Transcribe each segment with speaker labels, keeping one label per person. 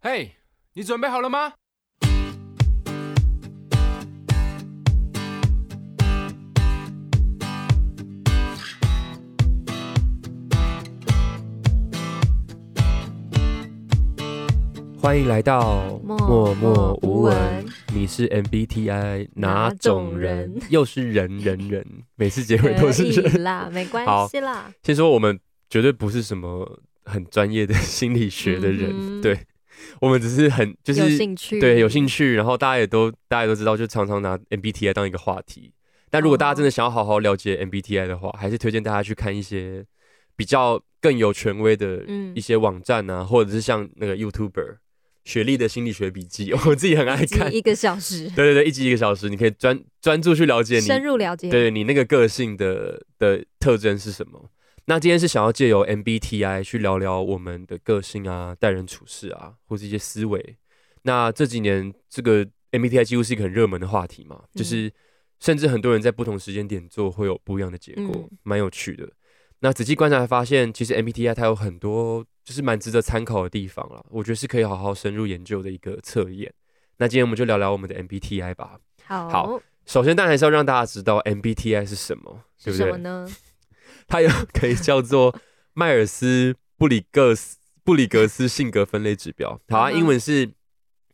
Speaker 1: 嘿、你准备好了吗？
Speaker 2: 欢迎来到
Speaker 3: 默
Speaker 2: 默
Speaker 3: 默
Speaker 2: 无
Speaker 3: 无
Speaker 2: 闻
Speaker 3: 闻，
Speaker 2: 你是 MBTI 哪
Speaker 3: 哪
Speaker 2: 种
Speaker 3: 种
Speaker 2: 人
Speaker 3: 人？
Speaker 2: 又是人人人，每次结尾都
Speaker 3: 可
Speaker 2: 是
Speaker 3: 以
Speaker 2: 人。
Speaker 3: 啦，没关
Speaker 2: 好
Speaker 3: 系啦。
Speaker 2: 先说我们绝对不是什么很专业的心理学的人，
Speaker 3: 嗯哼
Speaker 2: 对我们只是很就是
Speaker 3: 有兴趣，
Speaker 2: 对有兴趣，然后大家也都大家也都知道，就常常拿 MBTI 当一个话题。但如果大家
Speaker 3: 哦
Speaker 2: 真的想要好好了解 MBTI 的话，还是推荐大家去看一些比较更有权威的
Speaker 3: 嗯
Speaker 2: 一，些网站啊，或者是像那个 YouTuber 学历的心理学笔记， 我自己很爱
Speaker 3: 一集
Speaker 2: 看。
Speaker 3: 一个小时，
Speaker 2: 对对对，一集一个小时，你可以专专注去了解你，
Speaker 3: 深入了解。
Speaker 2: 对你那个个性的的特征是什么。那今天是想要借由 MBTI 去聊聊我们的个性啊、待人处事啊，或是一些思维。那这几年这个 MBTI 几乎是一个很热门的话题嘛，
Speaker 3: 嗯
Speaker 2: 就是甚至很多人在不同时间点做会有不一样的结果
Speaker 3: 嗯，
Speaker 2: 蛮、有趣的。那仔细观察发现，其实 MBTI 它有很多就是蛮值得参考的地方啦，我觉得是可以好好深入研究的一个测验。那今天我们就聊聊我们的 MBTI 吧。
Speaker 3: 好，
Speaker 2: 好首先，当然还是要让大家知道 MBTI 是什么，对
Speaker 3: 是
Speaker 2: 不
Speaker 3: 什么
Speaker 2: 对？
Speaker 3: 呢？
Speaker 2: 它又可以叫 做迈尔斯布里格斯布里格斯性格分类指标，好，它
Speaker 3: 嗯哼
Speaker 2: 英文是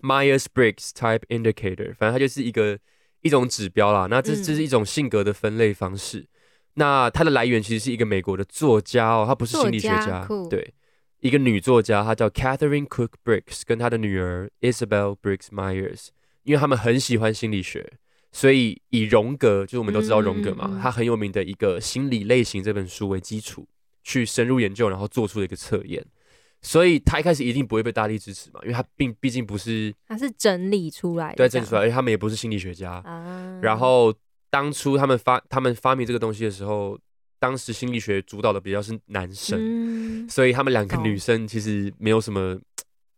Speaker 2: Myers-Briggs Type Indicator，反正它就是一个一种指标啦。那这
Speaker 3: 嗯
Speaker 2: 这是一种性格的分类方式。那它的来源其实是一个美国的作家哦，他不是心理学
Speaker 3: 作
Speaker 2: 家
Speaker 3: 家酷，
Speaker 2: 对，一个女作家，她叫 Catherine Cook Briggs，跟她的女儿 Isabel Briggs Myers，因为他们很喜欢心理学，所以以荣格，就是我们都知道荣格嘛
Speaker 3: 嗯嗯，嗯
Speaker 2: 他很有名的一个心理类型这本书为基础，去深入研究，然后做出的一个测验。所以他一开始一定不会被大力支持嘛，因为他并毕竟不是
Speaker 3: 它是整理出来的，
Speaker 2: 对证出来，
Speaker 3: 这
Speaker 2: 而且他们也不是心理学家。
Speaker 3: 样啊。
Speaker 2: 然后当初他们发他们发明这个东西的时候，当时心理学主导的比较是男生，
Speaker 3: 嗯
Speaker 2: 所以他们两个
Speaker 3: 懂
Speaker 2: 女生其实没有什么嘖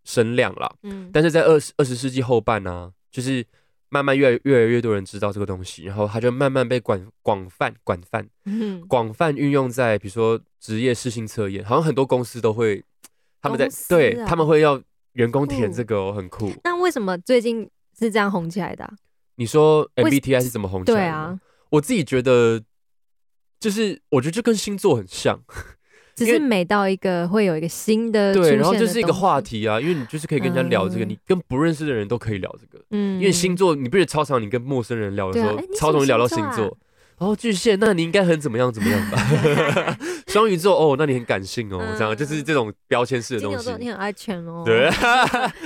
Speaker 2: 声量啦。
Speaker 3: 嗯，
Speaker 2: 但是在二十二十世纪后半呢、啊就是慢慢越来越来越多人知道这个东西，然后它就慢慢被广广泛广泛
Speaker 3: 嗯
Speaker 2: 广泛运用在比如说职业适性测验，好像很多公司都会他们在、
Speaker 3: 公司
Speaker 2: 对
Speaker 3: 啊
Speaker 2: 他们会要员工填
Speaker 3: 酷
Speaker 2: 这个、哦，很酷。
Speaker 3: 那为什么最近是这样红起来的啊？
Speaker 2: 你说
Speaker 3: 为
Speaker 2: MBTI 是怎么红起来
Speaker 3: 对
Speaker 2: 的吗？
Speaker 3: 啊，
Speaker 2: 我自己觉得，就是我觉得就跟星座很像，
Speaker 3: 只
Speaker 2: 因为
Speaker 3: 是每到一个会有一个新的呃出
Speaker 2: 对，
Speaker 3: 现
Speaker 2: 然后就是一个
Speaker 3: 的东西
Speaker 2: 话，题啊，因为你就是可以跟人家聊这个，
Speaker 3: 嗯
Speaker 2: 你跟不认识的人都可以聊这个，
Speaker 3: 嗯
Speaker 2: 因为星座你不觉得超常你跟陌生人聊的时
Speaker 3: 对啊
Speaker 2: 候，
Speaker 3: 哎你
Speaker 2: 超容易
Speaker 3: 什
Speaker 2: 聊
Speaker 3: 么
Speaker 2: 到星
Speaker 3: 星座啊
Speaker 2: 座，哦，巨蟹，那你应该很怎么样怎么样 吧？ 双鱼座哦，那你很感性哦，这样
Speaker 3: 嗯
Speaker 2: 就是这种标签式的
Speaker 3: 金
Speaker 2: 东
Speaker 3: 牛座你
Speaker 2: 西。
Speaker 3: 很爱钱哦，
Speaker 2: 对，，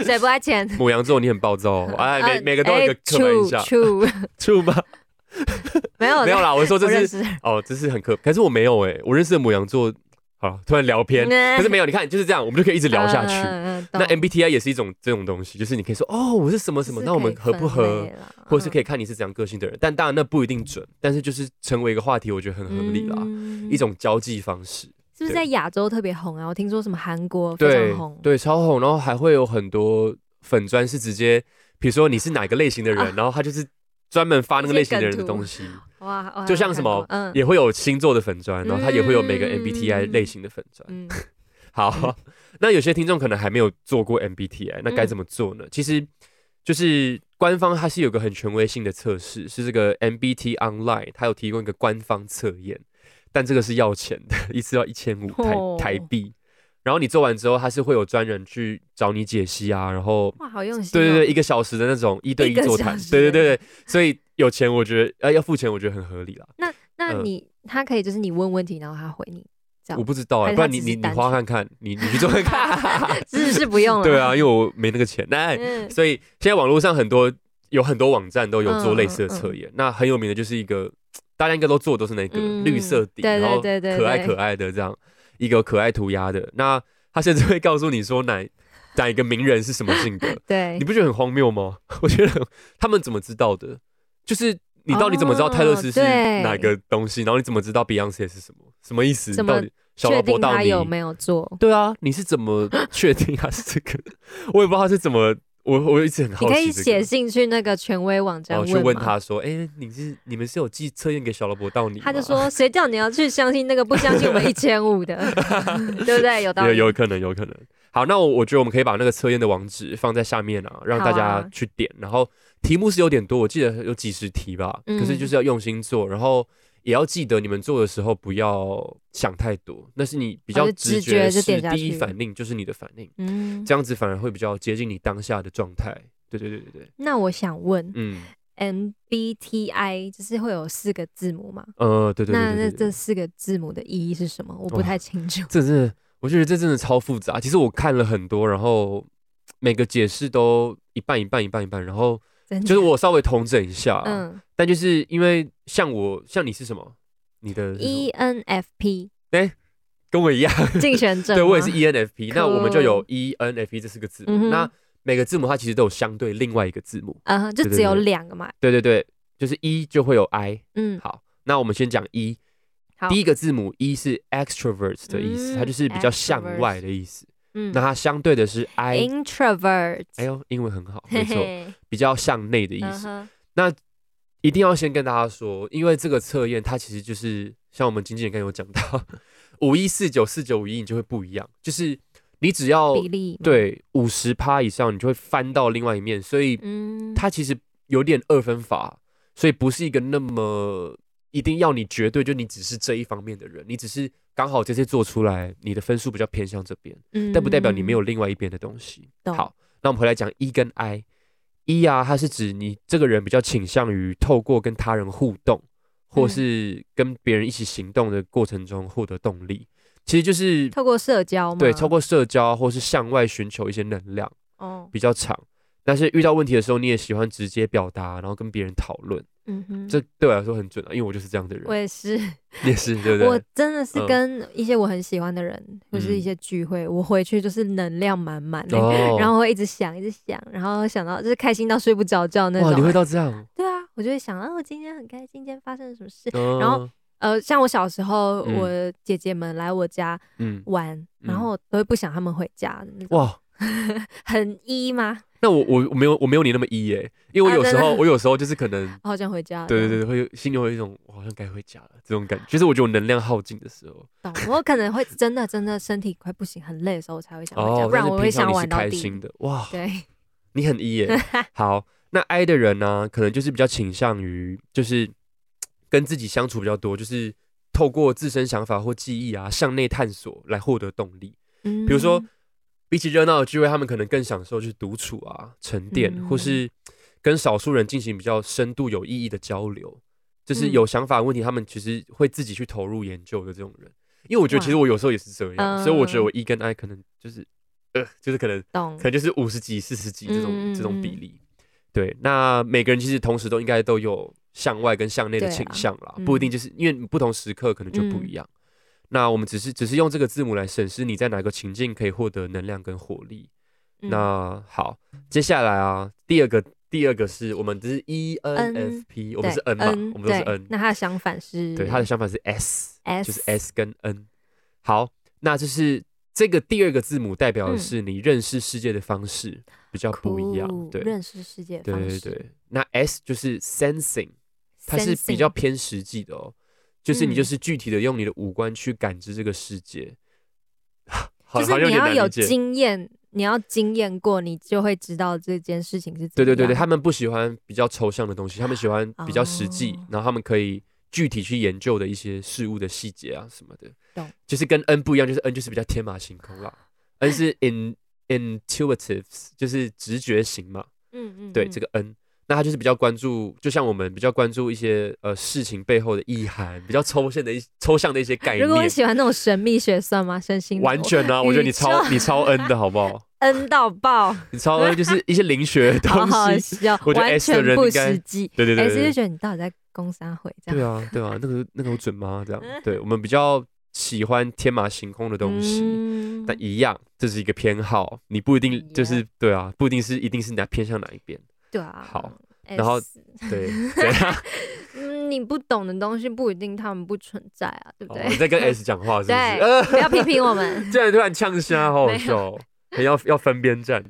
Speaker 3: 谁不爱钱？
Speaker 2: 母羊座你很暴躁 哦，哎，每
Speaker 3: 啊
Speaker 2: 每个都有一个
Speaker 3: 哎
Speaker 2: 刻板印象，
Speaker 3: true，true，
Speaker 2: 处吗？
Speaker 3: 没有
Speaker 2: 没有，啦，我说
Speaker 3: 哦我
Speaker 2: 这
Speaker 3: 认
Speaker 2: 是
Speaker 3: 识人
Speaker 2: 哦，这是很刻，可是我没有哎，我认识的母羊座，好了，突然聊 偏，可是没有，你看就是这样，我们就可以一直聊下去。
Speaker 3: 嗯嗯嗯嗯
Speaker 2: 那
Speaker 3: 懂
Speaker 2: MBTI 也是一种这种东西，就是你可以说哦，我是什么什么，
Speaker 3: 就是
Speaker 2: 那我们
Speaker 3: 可以
Speaker 2: 合不合
Speaker 3: 分类，啦？
Speaker 2: 或是可
Speaker 3: 以
Speaker 2: 以看你是怎样个性的人。但当然那不一定准，但是就是成为一个话题，我觉得很合理啦，
Speaker 3: 嗯
Speaker 2: 一种交际方式。
Speaker 3: 是不
Speaker 2: 对
Speaker 3: 是在亚洲特别红啊？我听说什么韩国非
Speaker 2: 对
Speaker 3: 常红，
Speaker 2: 对，超红，然后还会有很多粉砖是直接，比如说你是哪个类型的人，
Speaker 3: 啊
Speaker 2: 然后他就是专门发那个类型的人的东西，
Speaker 3: 哇，哇
Speaker 2: 就像什么
Speaker 3: 我看过嗯
Speaker 2: 也会有星座的粉砖，然后他也会有每个
Speaker 3: 嗯
Speaker 2: MBTI 类型的粉砖。
Speaker 3: 嗯
Speaker 2: 好， 那有些听众可能还没有做过 MBTI，那哎
Speaker 3: 嗯
Speaker 2: 该怎么做呢？其实就是官方它是有个很权威性的测试，是这个 MBT Online，它有提供一个官方测验，但这个是要钱的， 一次要一千五台
Speaker 3: 哦
Speaker 2: 台币。然后你做完之后，它是会有专人去找你解析啊，然后
Speaker 3: 哇，好用心哦，
Speaker 2: 对对对，一个小时的那种一对一
Speaker 3: 一个
Speaker 2: 座谈
Speaker 3: 小，时
Speaker 2: 对对对对，所以有钱我觉得呃要付钱，我觉得很合理啦。
Speaker 3: 那那
Speaker 2: 嗯
Speaker 3: 你他可以就是你问问题，然后他回你，这样
Speaker 2: 我不知道哎、
Speaker 3: 哦还是
Speaker 2: 不然
Speaker 3: 它
Speaker 2: 你
Speaker 3: 只
Speaker 2: 你
Speaker 3: 是
Speaker 2: 你
Speaker 3: 单
Speaker 2: 花
Speaker 3: 纯
Speaker 2: 看看，你你去做看 看。
Speaker 3: 是是不用 了，
Speaker 2: 对啊，因为我没那个钱。那、
Speaker 3: 嗯，
Speaker 2: 所以现在网络上很多有很多网站都有做类似的
Speaker 3: 嗯嗯嗯
Speaker 2: 测验，那很有名的就是一个大家应该都做的都是那个、
Speaker 3: 嗯
Speaker 2: 绿色底，
Speaker 3: 对对
Speaker 2: 然后
Speaker 3: 对对
Speaker 2: 可爱
Speaker 3: 对
Speaker 2: 可爱的这样一个可爱涂鸦的。那他甚至会告诉你说哪哪一个名人是什么性格，
Speaker 3: 对
Speaker 2: 你，不觉得很荒谬吗？ 我觉得很他们怎么知道的？就是你到底怎么知道
Speaker 3: 哦
Speaker 2: 泰勒斯是
Speaker 3: 对
Speaker 2: 哪个东西？然后你怎么知道 Beyonce 是什么？什么意思？
Speaker 3: 怎么
Speaker 2: 到底小
Speaker 3: 确
Speaker 2: 劳勃
Speaker 3: 定
Speaker 2: 道
Speaker 3: 他
Speaker 2: 尼
Speaker 3: 有没有做？
Speaker 2: 对啊，你是怎么确定他是这个？ 我也不知道他是怎么，我我一直很好奇、这
Speaker 3: 你可
Speaker 2: 个。
Speaker 3: 以写信去那个权威网站
Speaker 2: 哦，去问
Speaker 3: 嘛
Speaker 2: 他说，哎、你是你们是有寄测验给小萝卜到你吗？
Speaker 3: 他就说：“ 谁 叫你要去相信那个不相信我们一千五的，对不对？有道
Speaker 2: 有
Speaker 3: 理。
Speaker 2: 有可能，有可能。好，那我我觉得我们可以把那个测验的网址放在下面啊，让大
Speaker 3: 好
Speaker 2: 家
Speaker 3: 啊
Speaker 2: 去点。然后题目是有点多，我记得有几十题吧，
Speaker 3: 嗯
Speaker 2: 可是就是要用心做，然后也要记得你们做的时候不要想太多，那是你比
Speaker 3: 哦
Speaker 2: 较
Speaker 3: 就
Speaker 2: 直
Speaker 3: 直
Speaker 2: 觉
Speaker 3: 觉就是点下
Speaker 2: 第一
Speaker 3: 去
Speaker 2: 反应就是你的反应，
Speaker 3: 嗯，
Speaker 2: 这样子反而会比较接近你当下的状态。对对对对对，
Speaker 3: 那我想问
Speaker 2: 嗯
Speaker 3: ，MBTI 就是会有四个字母吗？
Speaker 2: 呃，对对对
Speaker 3: 那
Speaker 2: 对对
Speaker 3: 那
Speaker 2: 对
Speaker 3: 这四个字母的意义是什么？我不
Speaker 2: 哇
Speaker 3: 太清楚。
Speaker 2: 这真的，我觉得这真的超复杂。其实我看了很多，然后每个解释都一半一半一半一半，然 后
Speaker 3: 真的
Speaker 2: 就是我稍微统整一下、嗯，
Speaker 3: 嗯
Speaker 2: 但就是因为像我，像你是什么？你的是什么
Speaker 3: ，E ，ENFP
Speaker 2: 跟我一样，
Speaker 3: 竞选者吗，
Speaker 2: 对我也是 E ENFP。那我们就有 E
Speaker 3: Cool
Speaker 2: ENFP 这四个字母，
Speaker 3: 嗯哼
Speaker 2: 那每个字母它其实都有相对另外一个字母。
Speaker 3: 啊哈，就
Speaker 2: 对对
Speaker 3: 只有
Speaker 2: 对
Speaker 3: 两个嘛。
Speaker 2: 对对对，就是 E 就会有 I。
Speaker 3: 嗯，
Speaker 2: 好，那我们先讲 E，
Speaker 3: 好，
Speaker 2: 第一个字母 E 是 extrovert 的意思，
Speaker 3: 嗯
Speaker 2: 它就是比较向外的意思。
Speaker 3: 嗯
Speaker 2: 那它相对的是 I。
Speaker 3: introvert，
Speaker 2: 哎呦，英文很好，没
Speaker 3: 嘿
Speaker 2: 错，
Speaker 3: 嘿，
Speaker 2: 比较向内的意
Speaker 3: 嗯
Speaker 2: 思。
Speaker 3: 哼
Speaker 2: 一定要先跟大家说，因为这个测验它其实就是像我们经纪人刚才有讲到，五一四九四九五一你就会不一样，就是你只要
Speaker 3: 比例，，
Speaker 2: 哦对五十趴以上，你就会翻到另外一面，所以
Speaker 3: 嗯，
Speaker 2: 它其实有点二分法，所以不是一个那么一定要你绝对就你只是这一方面的人，你只是刚好这次做出来，你的分数比较偏向这边。
Speaker 3: 嗯
Speaker 2: 但不代表你没有另外一边的东西。
Speaker 3: 懂
Speaker 2: 好，那我们回来讲 E 跟 I。E 啊，它是指你这个人比较倾向于透过跟他人互动，或
Speaker 3: 嗯
Speaker 2: 是跟别人一起行动的过程中获得动力。其实就是
Speaker 3: 透过社交嘛，
Speaker 2: 对透过社交或是向外寻求一些能量
Speaker 3: 哦，
Speaker 2: 比较长。但是遇到问题的时候，你也喜欢直接表达，然后跟别人讨论，
Speaker 3: 嗯哼，
Speaker 2: 这对我来说很准啊，因为我就是这样的
Speaker 3: 我
Speaker 2: 人，
Speaker 3: 也是，
Speaker 2: 你 也是对不
Speaker 3: 我
Speaker 2: 对？
Speaker 3: 真的是
Speaker 2: 嗯
Speaker 3: 跟一些我很喜欢的人或是一
Speaker 2: 嗯
Speaker 3: 些聚会，我回去就是能量满满的，
Speaker 2: 哦
Speaker 3: 然后会一直想，一直想，然后想到就是开心到睡不着觉那
Speaker 2: 哇，你
Speaker 3: 种
Speaker 2: 会。到这样，
Speaker 3: 对啊，我就会想啊，我今天很开心，今天发生了什么事？
Speaker 2: 然
Speaker 3: 后呃，像我小时候，
Speaker 2: 嗯
Speaker 3: 我姐姐们来我家
Speaker 2: 嗯，
Speaker 3: 玩，然
Speaker 2: 嗯
Speaker 3: 后我都会不想他们回家的那种，
Speaker 2: 哇，
Speaker 3: 很一吗？
Speaker 2: 那我我我没有我没有你那么 E 耶、因为我
Speaker 3: 啊
Speaker 2: 有时候、
Speaker 3: 真的
Speaker 2: 我有时候就是可 能，
Speaker 3: 好想回家。
Speaker 2: 对对对，会有心里会有一种我好像该回家了这种感觉，就是我觉得我能量耗尽的时候，
Speaker 3: 懂，我可能会真的真的身体快不行、很累的时候，我才会想回家，
Speaker 2: 哦，
Speaker 3: 不
Speaker 2: 但
Speaker 3: 然
Speaker 2: 是
Speaker 3: 我会
Speaker 2: 平常
Speaker 3: 想
Speaker 2: 你
Speaker 3: 玩
Speaker 2: 是
Speaker 3: 到
Speaker 2: 开
Speaker 3: 底。
Speaker 2: 心的，哇，
Speaker 3: 对，
Speaker 2: 你很 E 耶、 好，那 I 的人呢、可能就是比较倾向于就是跟自己相处比较多，就是透过自身想法或记忆啊向内探索来获得动力。
Speaker 3: 比
Speaker 2: 比如说，比起热闹的聚会，他们可能更享受就是独处啊、沉淀，
Speaker 3: 嗯
Speaker 2: 或是跟少数人进行比较深度有意义的交流。就是
Speaker 3: 嗯
Speaker 2: 有想法的问题，他们其实会自己去投入研究的这种人。因为我觉得
Speaker 3: 哇
Speaker 2: 其实我有时候也是这样，所以我觉得
Speaker 3: 嗯
Speaker 2: 我 E 跟 I 可能就是，呃，就是可能
Speaker 3: 懂
Speaker 2: 可能就是五十几、四十几这种、
Speaker 3: 嗯嗯
Speaker 2: 这种比
Speaker 3: 嗯
Speaker 2: 例。对，那每个人其实同时都应该都有向外跟向内的
Speaker 3: 对
Speaker 2: 倾
Speaker 3: 啦
Speaker 2: 向啦，不一定
Speaker 3: 嗯
Speaker 2: 就是因为不同时刻可能就不一样。那我们只是只是用这个字母来审视你在哪个情境可以获得能量跟活力。
Speaker 3: 嗯
Speaker 2: 那好，接下来啊，第二个第二个是我们这是 E ENFP，我们是
Speaker 3: 对
Speaker 2: N 嘛，我们都是
Speaker 3: 对
Speaker 2: N，
Speaker 3: 那它的相反是
Speaker 2: 对，它的相反是 S，
Speaker 3: S，
Speaker 2: 就是 S 跟 N。好，那就是这个第二个字母代表的
Speaker 3: 嗯
Speaker 2: 是你认识世界的方式比较不一样，
Speaker 3: Cool，
Speaker 2: 对对
Speaker 3: 认识世界的方
Speaker 2: 对
Speaker 3: 式，
Speaker 2: 对。那 S 就是 sensing，它是比
Speaker 3: Sensing
Speaker 2: 较偏实际的哦，就是你就
Speaker 3: 嗯
Speaker 2: 是具体的用你的五官去感知这个世界， 好
Speaker 3: 就
Speaker 2: 好像
Speaker 3: 是你
Speaker 2: 点
Speaker 3: 要
Speaker 2: 难
Speaker 3: 有
Speaker 2: 理解
Speaker 3: 经验，你要经验过，你就会知道这件事情是怎
Speaker 2: 对对对
Speaker 3: 样
Speaker 2: 对，他们不喜欢比较抽象的东西，他们喜欢比较实际，
Speaker 3: 哦
Speaker 2: 然后他们可以具体去研究的一些事物的细节啊什么的
Speaker 3: 懂。
Speaker 2: 就是跟 N 不一样，就是 N 就是比较天马行空啦，N 是 in intuitive，就是直觉型嘛。
Speaker 3: 嗯嗯，
Speaker 2: 对，这
Speaker 3: 个
Speaker 2: 个 N，那他就是比较关注，就像我们比较关注一些呃事情背后的意涵，比较抽象的一 抽象的一些概
Speaker 3: 如果我
Speaker 2: 念。
Speaker 3: 喜欢那种神秘学算吗？身心
Speaker 2: 完全啊，我觉得你
Speaker 3: 宇
Speaker 2: 超
Speaker 3: 宙
Speaker 2: 你超 N 的好不好？
Speaker 3: N 到爆，
Speaker 2: 你超 N 就是一些灵学的
Speaker 3: 好
Speaker 2: 东
Speaker 3: 好
Speaker 2: 西。
Speaker 3: 笑，哎
Speaker 2: 我觉得
Speaker 3: 完
Speaker 2: S 的
Speaker 3: 全
Speaker 2: 人
Speaker 3: 不
Speaker 2: 应该
Speaker 3: 实际。
Speaker 2: 对对对
Speaker 3: S
Speaker 2: 对
Speaker 3: 就
Speaker 2: 对
Speaker 3: 觉得你到底在攻三会这
Speaker 2: 对
Speaker 3: 样，
Speaker 2: 啊，对啊，那个那个我准妈这样，对我们比较喜欢天马行空的东西，
Speaker 3: 嗯
Speaker 2: 啊但一样这是一个偏好，你不一定就是对啊，不一定是一定是哪偏向哪一 边，
Speaker 3: 对啊，
Speaker 2: 好
Speaker 3: S，
Speaker 2: 然后对，啊怎样？
Speaker 3: 嗯，你不懂的东西不一定他们不存在啊，对不
Speaker 2: 哦
Speaker 3: 对？
Speaker 2: 你在跟 S 讲话是不是？
Speaker 3: 对
Speaker 2: 呃，
Speaker 3: 不要批评我们。
Speaker 2: 竟然突然呛虾，好好
Speaker 3: 没有
Speaker 2: 笑哦，很要要分边站。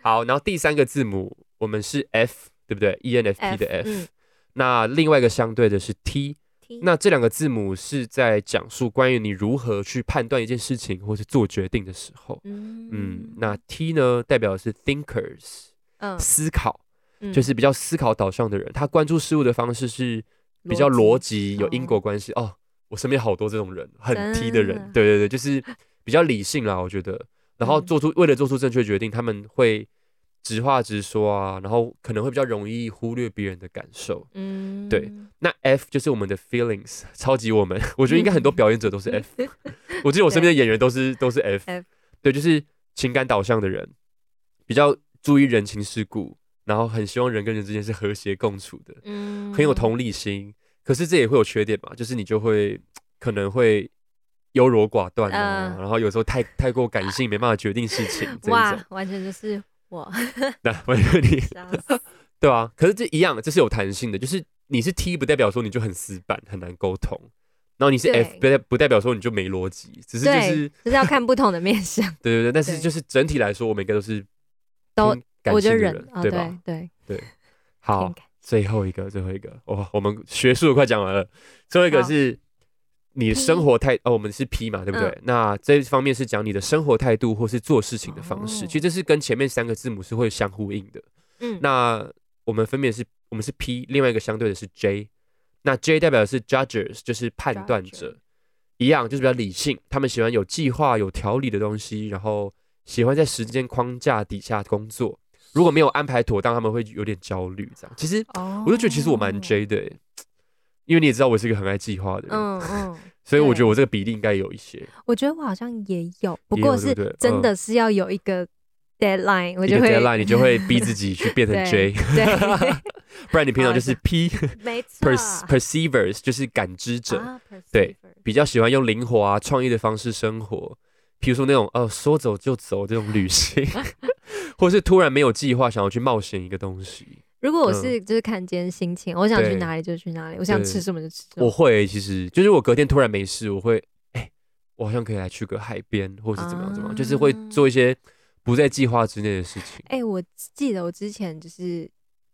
Speaker 2: 好，然后第三个字母我们是？E F，对不对？ENFP 的 F，,
Speaker 3: F，嗯
Speaker 2: 那另外一个相对的是 T，
Speaker 3: B
Speaker 2: 那这两个字母是在讲述关于你如何去判断一件事情或是做决定的时候。
Speaker 3: 嗯
Speaker 2: 嗯，那 T 呢，代表的是 thinkers，、
Speaker 3: 嗯
Speaker 2: 思考，
Speaker 3: 嗯
Speaker 2: 就是比较思考导向的人，他关注事物的方式是比较逻辑，有因果关系。哦，我身边好多这种人，很 T 的人
Speaker 3: 真的，
Speaker 2: 对对对，就是比较理性啦，我觉得。然后
Speaker 3: 嗯
Speaker 2: 做出为了做出正确决定，他们会直话直说啊，然后可能会比较容易忽略别人的感受。
Speaker 3: 嗯
Speaker 2: 对那 F 就是我们的 feelings，超级我们， 我觉得应该很多表演者 都是 F，我记得我身边的演员都是都是 F，,
Speaker 3: F
Speaker 2: 对，就是情感导向的人，比较注意人情世故，然后很希望人跟人之间是和谐共处的，
Speaker 3: 嗯
Speaker 2: 很有同理心。可是这也会有缺点嘛，就是你就会可能会优柔寡断啊，
Speaker 3: 嗯
Speaker 2: 然后有时候太太过感性，没办法决定事情这一种
Speaker 3: 哇。，完全就是 我，
Speaker 2: 那我觉得你
Speaker 3: 笑死
Speaker 2: 对啊，可是这一样，这是有弹性的，就是你是 T 不代表说你就很死板，很难沟通。然后你是
Speaker 3: 对
Speaker 2: F，不代不代表说你就没逻辑，只是就
Speaker 3: 对，
Speaker 2: 是
Speaker 3: 就是要看不同的面相，
Speaker 2: 对对对，但是
Speaker 3: 对
Speaker 2: 就是整体来说，我们应该都是
Speaker 3: 都
Speaker 2: 偏感
Speaker 3: 我觉
Speaker 2: 性
Speaker 3: 得
Speaker 2: 的
Speaker 3: 人
Speaker 2: 人，
Speaker 3: 啊，
Speaker 2: 对
Speaker 3: 对
Speaker 2: 吧？
Speaker 3: 对，
Speaker 2: 好
Speaker 3: 挺，感
Speaker 2: 最后一个，最后一个，哇，我们学术的快讲完了，最后一个
Speaker 3: 好
Speaker 2: 是你的
Speaker 3: P 嗯
Speaker 2: 生活态哦，我们是 P 嘛，对不对？那这方面是讲你的生活态度或是做事情的方式，
Speaker 3: 哦
Speaker 2: 其实这是跟前面三个字母是会相呼应的。
Speaker 3: 嗯，
Speaker 2: 那我们分别是，我们是 P，另外一个相对的是 J。那 J 代表的是 judges，就是判断者，一样就是比较理性，他们喜欢有计划、有条理的东西，然后喜欢在时间框架底下工作。如果没有安排妥当，他们会有点焦虑。这样，其实
Speaker 3: 哦
Speaker 2: 我就觉得其实我蛮 J 的欸、因为你也知道我是一个很爱计划的人，
Speaker 3: 嗯嗯，
Speaker 2: 所以我觉
Speaker 3: 对
Speaker 2: 得我这个比例应该有一些。
Speaker 3: 我觉得我好像也有，不
Speaker 2: 也
Speaker 3: 过
Speaker 2: 有对
Speaker 3: 是
Speaker 2: 不对
Speaker 3: 真
Speaker 2: 嗯
Speaker 3: 的是要有一个 deadline，我
Speaker 2: 一
Speaker 3: 就
Speaker 2: 个
Speaker 3: 会
Speaker 2: deadline 你就会逼自己去变成
Speaker 3: 对
Speaker 2: J，
Speaker 3: 对，
Speaker 2: 不然你平常就是 P
Speaker 3: 没错
Speaker 2: perce-，perceivers，就是感知者。
Speaker 3: 啊
Speaker 2: 对，
Speaker 3: perceiver
Speaker 2: 比较喜欢用灵活啊、创意的方式生活，比如说那种呃说走就走这种旅 行，或是突然没有计划想要去冒险一个东西。
Speaker 3: 如果我
Speaker 2: 嗯
Speaker 3: 是就是看今天心情，我想去
Speaker 2: 对
Speaker 3: 哪里就去哪里，我想
Speaker 2: 对
Speaker 3: 吃什么就吃什
Speaker 2: 我
Speaker 3: 么。
Speaker 2: 会欸、其实就是我隔天突然没事，我会哎、我好像可以来去个海边，或是怎么样怎么样，就是会
Speaker 3: 啊
Speaker 2: 做一些不在计划之内的事情。
Speaker 3: 哎、我记得我之前就是，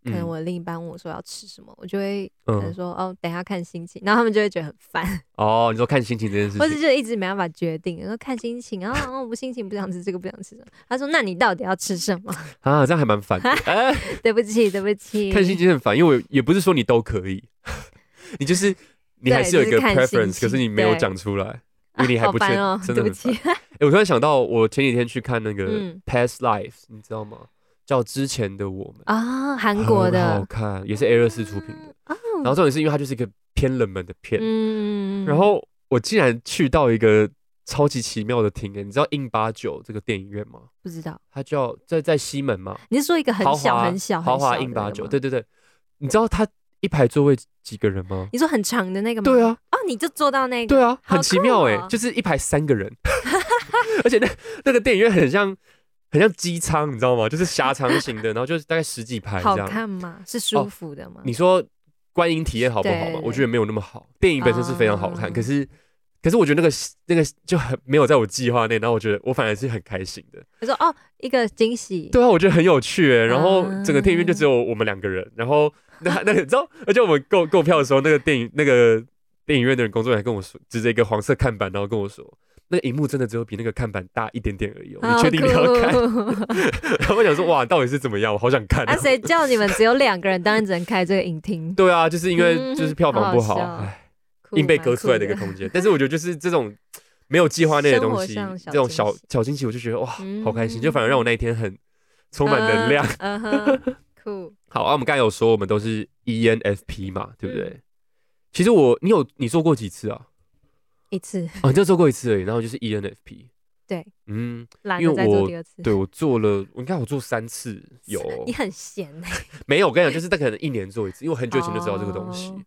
Speaker 3: 可能
Speaker 2: 嗯
Speaker 3: 我的另一半问我说要吃什么，我就会可能
Speaker 2: 嗯
Speaker 3: 说、哦，等一下看心情，然后他们就会觉得很 烦，
Speaker 2: 哦，你说看心情这件事
Speaker 3: 或者
Speaker 2: 情，
Speaker 3: 就一直没办法决定，说看心情啊，哦，我心情不想吃这个，不想吃这个。他说那你到底要吃什么？
Speaker 2: 啊，这样还蛮烦的。 哎、
Speaker 3: 对不起，对不 起，
Speaker 2: 看心情很烦，因为我也不是说你都可以， 你就是你还
Speaker 3: 对
Speaker 2: 是有
Speaker 3: 就
Speaker 2: 一
Speaker 3: 是
Speaker 2: 个
Speaker 3: 看心
Speaker 2: preference，可是
Speaker 3: 情
Speaker 2: 你没有
Speaker 3: 对
Speaker 2: 讲出来。
Speaker 3: 啊
Speaker 2: 因为你还
Speaker 3: 好
Speaker 2: 不确
Speaker 3: 烦哦，
Speaker 2: 真的
Speaker 3: 对不
Speaker 2: 很
Speaker 3: 起，
Speaker 2: 欸我突然想到，我前几天去看那个《
Speaker 3: 嗯
Speaker 2: Past Life》，你知道吗？叫《之前的我们》，
Speaker 3: 啊，韩国
Speaker 2: 很哦好
Speaker 3: 的，
Speaker 2: 看，也是 A 二四出品的。
Speaker 3: 啊，
Speaker 2: 然后重点是因为它就是一个偏冷门的片，
Speaker 3: 嗯
Speaker 2: 然后我竟然去到一个超级奇妙的厅欸，你知道印八九这个电影院吗？
Speaker 3: 不知道，
Speaker 2: 它叫在在西门嘛，
Speaker 3: 你是说一个很
Speaker 2: 豪
Speaker 3: 小
Speaker 2: 华
Speaker 3: 很小
Speaker 2: 豪华
Speaker 3: 很小
Speaker 2: 印
Speaker 3: 的那
Speaker 2: 八
Speaker 3: 个
Speaker 2: 九，
Speaker 3: 吗
Speaker 2: 对对对，你知道它一排座位几个人吗？
Speaker 3: 你说很长的那个吗？
Speaker 2: 对啊，
Speaker 3: 哦，你就坐到那个，
Speaker 2: 对啊，
Speaker 3: 好
Speaker 2: 很奇妙
Speaker 3: 酷
Speaker 2: 哎、
Speaker 3: 哦
Speaker 2: 就是一排三个人， 而且那那个电影院很像很像机舱，你知道吗？就是狭长型的，然后就是大概十几排
Speaker 3: 好
Speaker 2: 这样。哦
Speaker 3: 看吗？是舒服的吗？
Speaker 2: 你说观影体验好不好
Speaker 3: 对
Speaker 2: 嘛
Speaker 3: 对？对
Speaker 2: 我觉得没有那么好，电影本身是非常好看，
Speaker 3: 啊
Speaker 2: 可是可是我觉得那个那个就很没有在我计划内，然后我觉得我反而是很开心的。
Speaker 3: 我说哦，一个惊喜，
Speaker 2: 对啊，我觉得很有趣哎、然后整个电影院就
Speaker 3: 啊
Speaker 2: 只有我们两个人，然后那那个你知道，而且我们购购票的时候，那个电影那个电影院的人工作人员还跟我说，指着一个黄色看板，然后跟我说。那个荧幕真的只有比那个看板大一点点而已、哦，
Speaker 3: 啊好
Speaker 2: 你确定你要看？
Speaker 3: 酷
Speaker 2: 然后我想说，哇，到底是怎么样？我好想看、
Speaker 3: 啊，
Speaker 2: 啊。
Speaker 3: 谁叫你们只有两个人，当然只能开这个影厅，
Speaker 2: 对啊，就是因为就是票房不好，
Speaker 3: 嗯嗯好好笑
Speaker 2: 唉
Speaker 3: 酷
Speaker 2: 硬被
Speaker 3: 蛮
Speaker 2: 割
Speaker 3: 酷
Speaker 2: 出来的一个空间。但是我觉得就是这种没有计划内的
Speaker 3: 生
Speaker 2: 东
Speaker 3: 活
Speaker 2: 西，
Speaker 3: 上
Speaker 2: 这种
Speaker 3: 小惊
Speaker 2: 小
Speaker 3: 喜
Speaker 2: 小惊喜，我就觉得哇，好开心，
Speaker 3: 嗯
Speaker 2: 就反而让我那一天很充满能量。，
Speaker 3: 嗯嗯哼，酷，
Speaker 2: 好啊，我们刚才有说我们都是 E ENFP 嘛，对不对？
Speaker 3: 嗯
Speaker 2: 其实我，你有你做过几次啊？
Speaker 3: 一 次
Speaker 2: 啊，你就做过一次而已，然后就是 E ENFP。
Speaker 3: 对，
Speaker 2: 嗯，
Speaker 3: 懒
Speaker 2: 因
Speaker 3: 得
Speaker 2: 为
Speaker 3: 再做
Speaker 2: 我
Speaker 3: 第二次，
Speaker 2: 对我做了，我应该我做三次有，
Speaker 3: 你很闲欸
Speaker 2: 没有？我跟你讲， 就是大概可能一年做一次，因为我很久以前就知道这个东西。
Speaker 3: 哦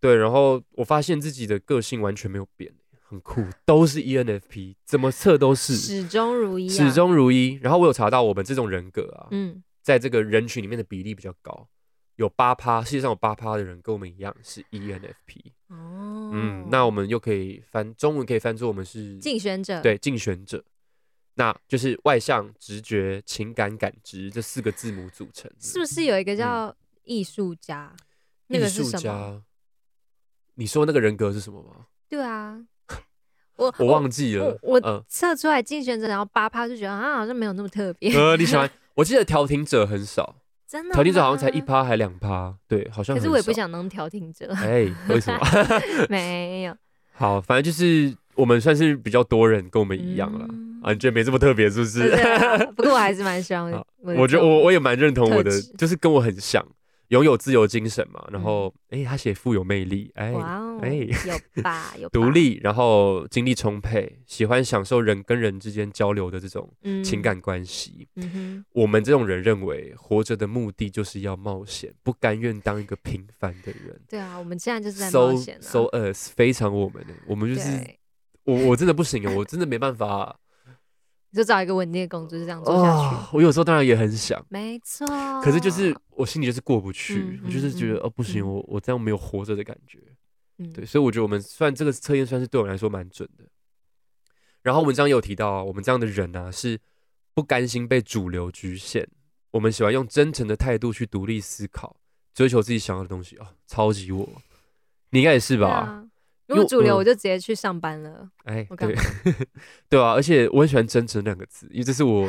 Speaker 2: 对，然后我发现自己的个性完全没有变，很酷，都是 E ENFP，怎么测都是。
Speaker 3: 始终如一啊，
Speaker 2: 始终如一。然后我有查到，我们这种人格啊，
Speaker 3: 嗯，
Speaker 2: 在这个人群里面的比例比较高，有八趴，世界上有八趴的人跟我们一样是 E ENFP。
Speaker 3: 哦，
Speaker 2: 嗯，那我们又可以翻中文可以翻作我们是
Speaker 3: 竞选者，
Speaker 2: 对竞选者，那就是外向、直觉、情感、感知这四个字母组成的。
Speaker 3: 是不是有一个叫艺术家？那
Speaker 2: 嗯艺
Speaker 3: 个是
Speaker 2: 术
Speaker 3: 什么？
Speaker 2: 家？你说那个人格是什么吗？
Speaker 3: 对啊，我
Speaker 2: 我忘记了
Speaker 3: 我。哦我
Speaker 2: 嗯，
Speaker 3: 测出来竞选者，然后八趴就觉得啊，好像没有那么特别，
Speaker 2: 呃，你喜 欢？我记得调停者很少，
Speaker 3: 真的。
Speaker 2: 调停者好像才一，趴还两趴，对，好像很
Speaker 3: 可是
Speaker 2: 少。
Speaker 3: 我也不。想当调 停者，
Speaker 2: 哎，为什么？
Speaker 3: 没有
Speaker 2: 好，反正就是我们算是比较多人跟我们一样了、
Speaker 3: 嗯
Speaker 2: 啊，你觉得没这么特别是不
Speaker 3: 对
Speaker 2: 是？
Speaker 3: 啊不过我还是蛮希望
Speaker 2: 好
Speaker 3: 我 的
Speaker 2: 我觉得
Speaker 3: 这种
Speaker 2: 我我也蛮认同我的
Speaker 3: 特质，
Speaker 2: 就是跟我很像，拥有自由精神嘛。然后，哎、他写富有魅力，哎、
Speaker 3: 嗯哇哦，
Speaker 2: 哎
Speaker 3: 有 吧有吧
Speaker 2: 独，立，然后精力充沛，喜欢享受人跟人之间交流的这种
Speaker 3: 嗯
Speaker 2: 情，感关系。
Speaker 3: 嗯哼，
Speaker 2: 我们这种人认为，活着的目的就是要冒险，不甘愿当一个平凡的人。
Speaker 3: 对啊，我们现在就是在冒
Speaker 2: So
Speaker 3: 险啊，
Speaker 2: so us，非常我们的，欸我们就是
Speaker 3: 对，
Speaker 2: 我我真的不行，欸我真的没办法、
Speaker 3: 你就找一个稳定的工作就这样做下去，
Speaker 2: 哦，我有时候当然也很想，
Speaker 3: 没错。
Speaker 2: 可是就是我心里就是过不去，
Speaker 3: 嗯
Speaker 2: 我就是觉得、哦不行，
Speaker 3: 嗯
Speaker 2: 我我这样没有活着的感觉。
Speaker 3: 嗯
Speaker 2: 对，所以我觉得我们算这个测验算是对我来说蛮准的。然后文章也有提到啊，我们这样的人啊是不甘心被主流局限，我们喜欢用真诚的态度去独立思考，追求自己想要的东西哦，超级我，你应该也是
Speaker 3: 对
Speaker 2: 吧？
Speaker 3: 啊，如
Speaker 2: 因为
Speaker 3: 果主流，
Speaker 2: 嗯
Speaker 3: 我就直接去上班了，
Speaker 2: 哎，
Speaker 3: 我干
Speaker 2: 对， 对啊，而且我很喜欢“真诚”两个字，因为这是我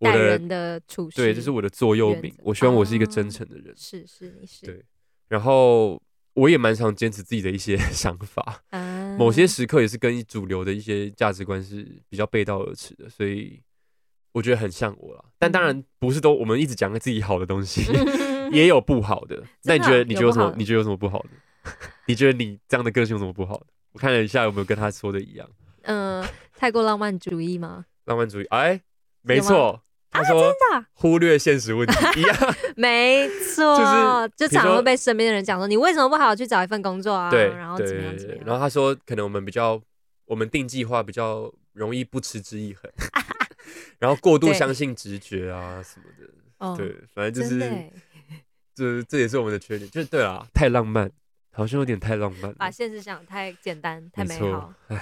Speaker 2: 我
Speaker 3: 待
Speaker 2: 的
Speaker 3: 人的处事，
Speaker 2: 对，这是我的座右
Speaker 3: 原
Speaker 2: 铭
Speaker 3: 则。
Speaker 2: 我希望我是一个
Speaker 3: 啊
Speaker 2: 真诚的人，
Speaker 3: 是是你是
Speaker 2: 对然后我也蛮常坚持自己的一些 想法，
Speaker 3: 啊
Speaker 2: 某些时刻也是跟主流的一些价值观是比较背道而驰的，所以我觉得很像我啦。但
Speaker 3: 嗯
Speaker 2: 当然不是都我们一直讲自己好的东 西，也有不好的。那你
Speaker 3: 真
Speaker 2: 觉得
Speaker 3: 的啊
Speaker 2: 你
Speaker 3: 有
Speaker 2: 觉得有
Speaker 3: 不
Speaker 2: 什么
Speaker 3: 好？的
Speaker 2: 你觉得有什么不好的？ 你觉得你这样的个性有什么不好的？我看了一下有没有跟他说的一样。
Speaker 3: 嗯，太过浪漫主 义吗？
Speaker 2: 浪漫主义，哎，没
Speaker 3: 有吗
Speaker 2: 错，他说
Speaker 3: 真的啊
Speaker 2: 忽略现实问题一样，
Speaker 3: 没错，
Speaker 2: 就
Speaker 3: 就是
Speaker 2: 比如
Speaker 3: 常常
Speaker 2: 说
Speaker 3: 会被身边的人讲说，你为什么不好好去找一份工作啊？
Speaker 2: 对，
Speaker 3: 然后
Speaker 2: 对
Speaker 3: 怎么样
Speaker 2: 对
Speaker 3: 怎
Speaker 2: 对
Speaker 3: 么
Speaker 2: 然后
Speaker 3: 样？
Speaker 2: 他说，可能我们比较，我们定计划比较容易不嗤之以 恒，然后过度
Speaker 3: 对
Speaker 2: 相信直觉啊什么的，
Speaker 3: 哦
Speaker 2: 对，，反正就
Speaker 3: 真的欸
Speaker 2: 是，
Speaker 3: 耶
Speaker 2: 这这也是我们的缺点，就是对啊，太浪漫，好像有点太浪漫了，
Speaker 3: 把现实想得太简单，太
Speaker 2: 没
Speaker 3: 美
Speaker 2: 错
Speaker 3: 好。啊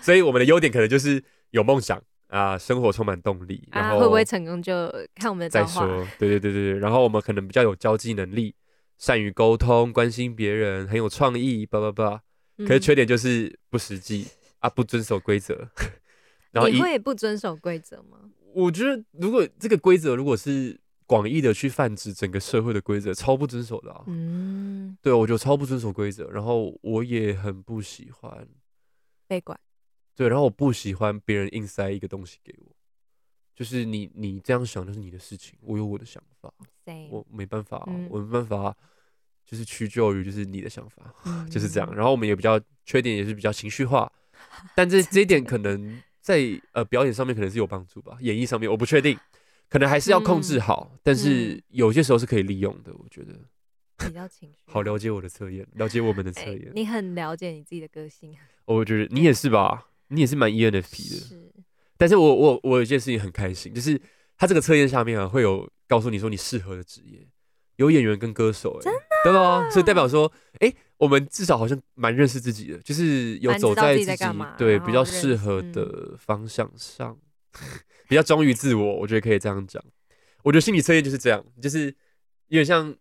Speaker 2: 所以我们的优点可能就是有梦想啊、生活充满动力，然
Speaker 3: 啊，
Speaker 2: 后
Speaker 3: 会不会成功就看我们的
Speaker 2: 再
Speaker 3: 造化。
Speaker 2: 说，对对对对对。然后我们可能比较有交际能力，善于沟通，关心别人，很有创意，叭叭叭。可是
Speaker 3: 嗯
Speaker 2: 缺点就是不实际、啊，不遵守规则。 然后
Speaker 3: 你
Speaker 2: 一，
Speaker 3: 会不遵守规则吗？
Speaker 2: 我觉得如果这个规则如果是广义的去泛指整个社会的规则，超不遵守的啊。
Speaker 3: 嗯，
Speaker 2: 对，啊我觉得超不遵守规则，然后我也很不喜欢。
Speaker 3: 被管。
Speaker 2: 对，然后我不喜欢别人硬塞一个东西给我，就是你你这样想那是你的事情，我有我的想法。
Speaker 3: same，
Speaker 2: 我没办法啊、
Speaker 3: 嗯
Speaker 2: 我没办法啊，就是屈就于就是你的想法，
Speaker 3: 嗯
Speaker 2: 就是这样。然后我们也比较缺点也是比较情绪化，但 这这一点可能在呃表演上面可能是有帮助吧，演绎上面我不确定，可能还是要控制
Speaker 3: 嗯
Speaker 2: 好，但是
Speaker 3: 嗯
Speaker 2: 有些时候是可以利用的。我觉得
Speaker 3: 比较情绪。
Speaker 2: 好了解我的测验，了解我们的测
Speaker 3: 哎
Speaker 2: 验，哦
Speaker 3: 你很了解你自己的个性。
Speaker 2: 我觉得你也是吧，你也是蛮 E ENFP 的。
Speaker 3: 是，
Speaker 2: 但是我我我有一件事情很开心，就是他这个测验下面啊会有告诉你说你适合的职业，有演员跟歌手、欸，
Speaker 3: 真啊
Speaker 2: 的，对吧？所以代表说，哎、我们至少好像蛮认识自己的，就是有
Speaker 3: 蛮知
Speaker 2: 走
Speaker 3: 道
Speaker 2: 在
Speaker 3: 自己在干嘛
Speaker 2: 对
Speaker 3: 然后
Speaker 2: 比较
Speaker 3: 认
Speaker 2: 适合
Speaker 3: 嗯
Speaker 2: 的方向上， 比较忠于自我，我觉得可以这样讲。我觉得心理测验就是这样，就是有点像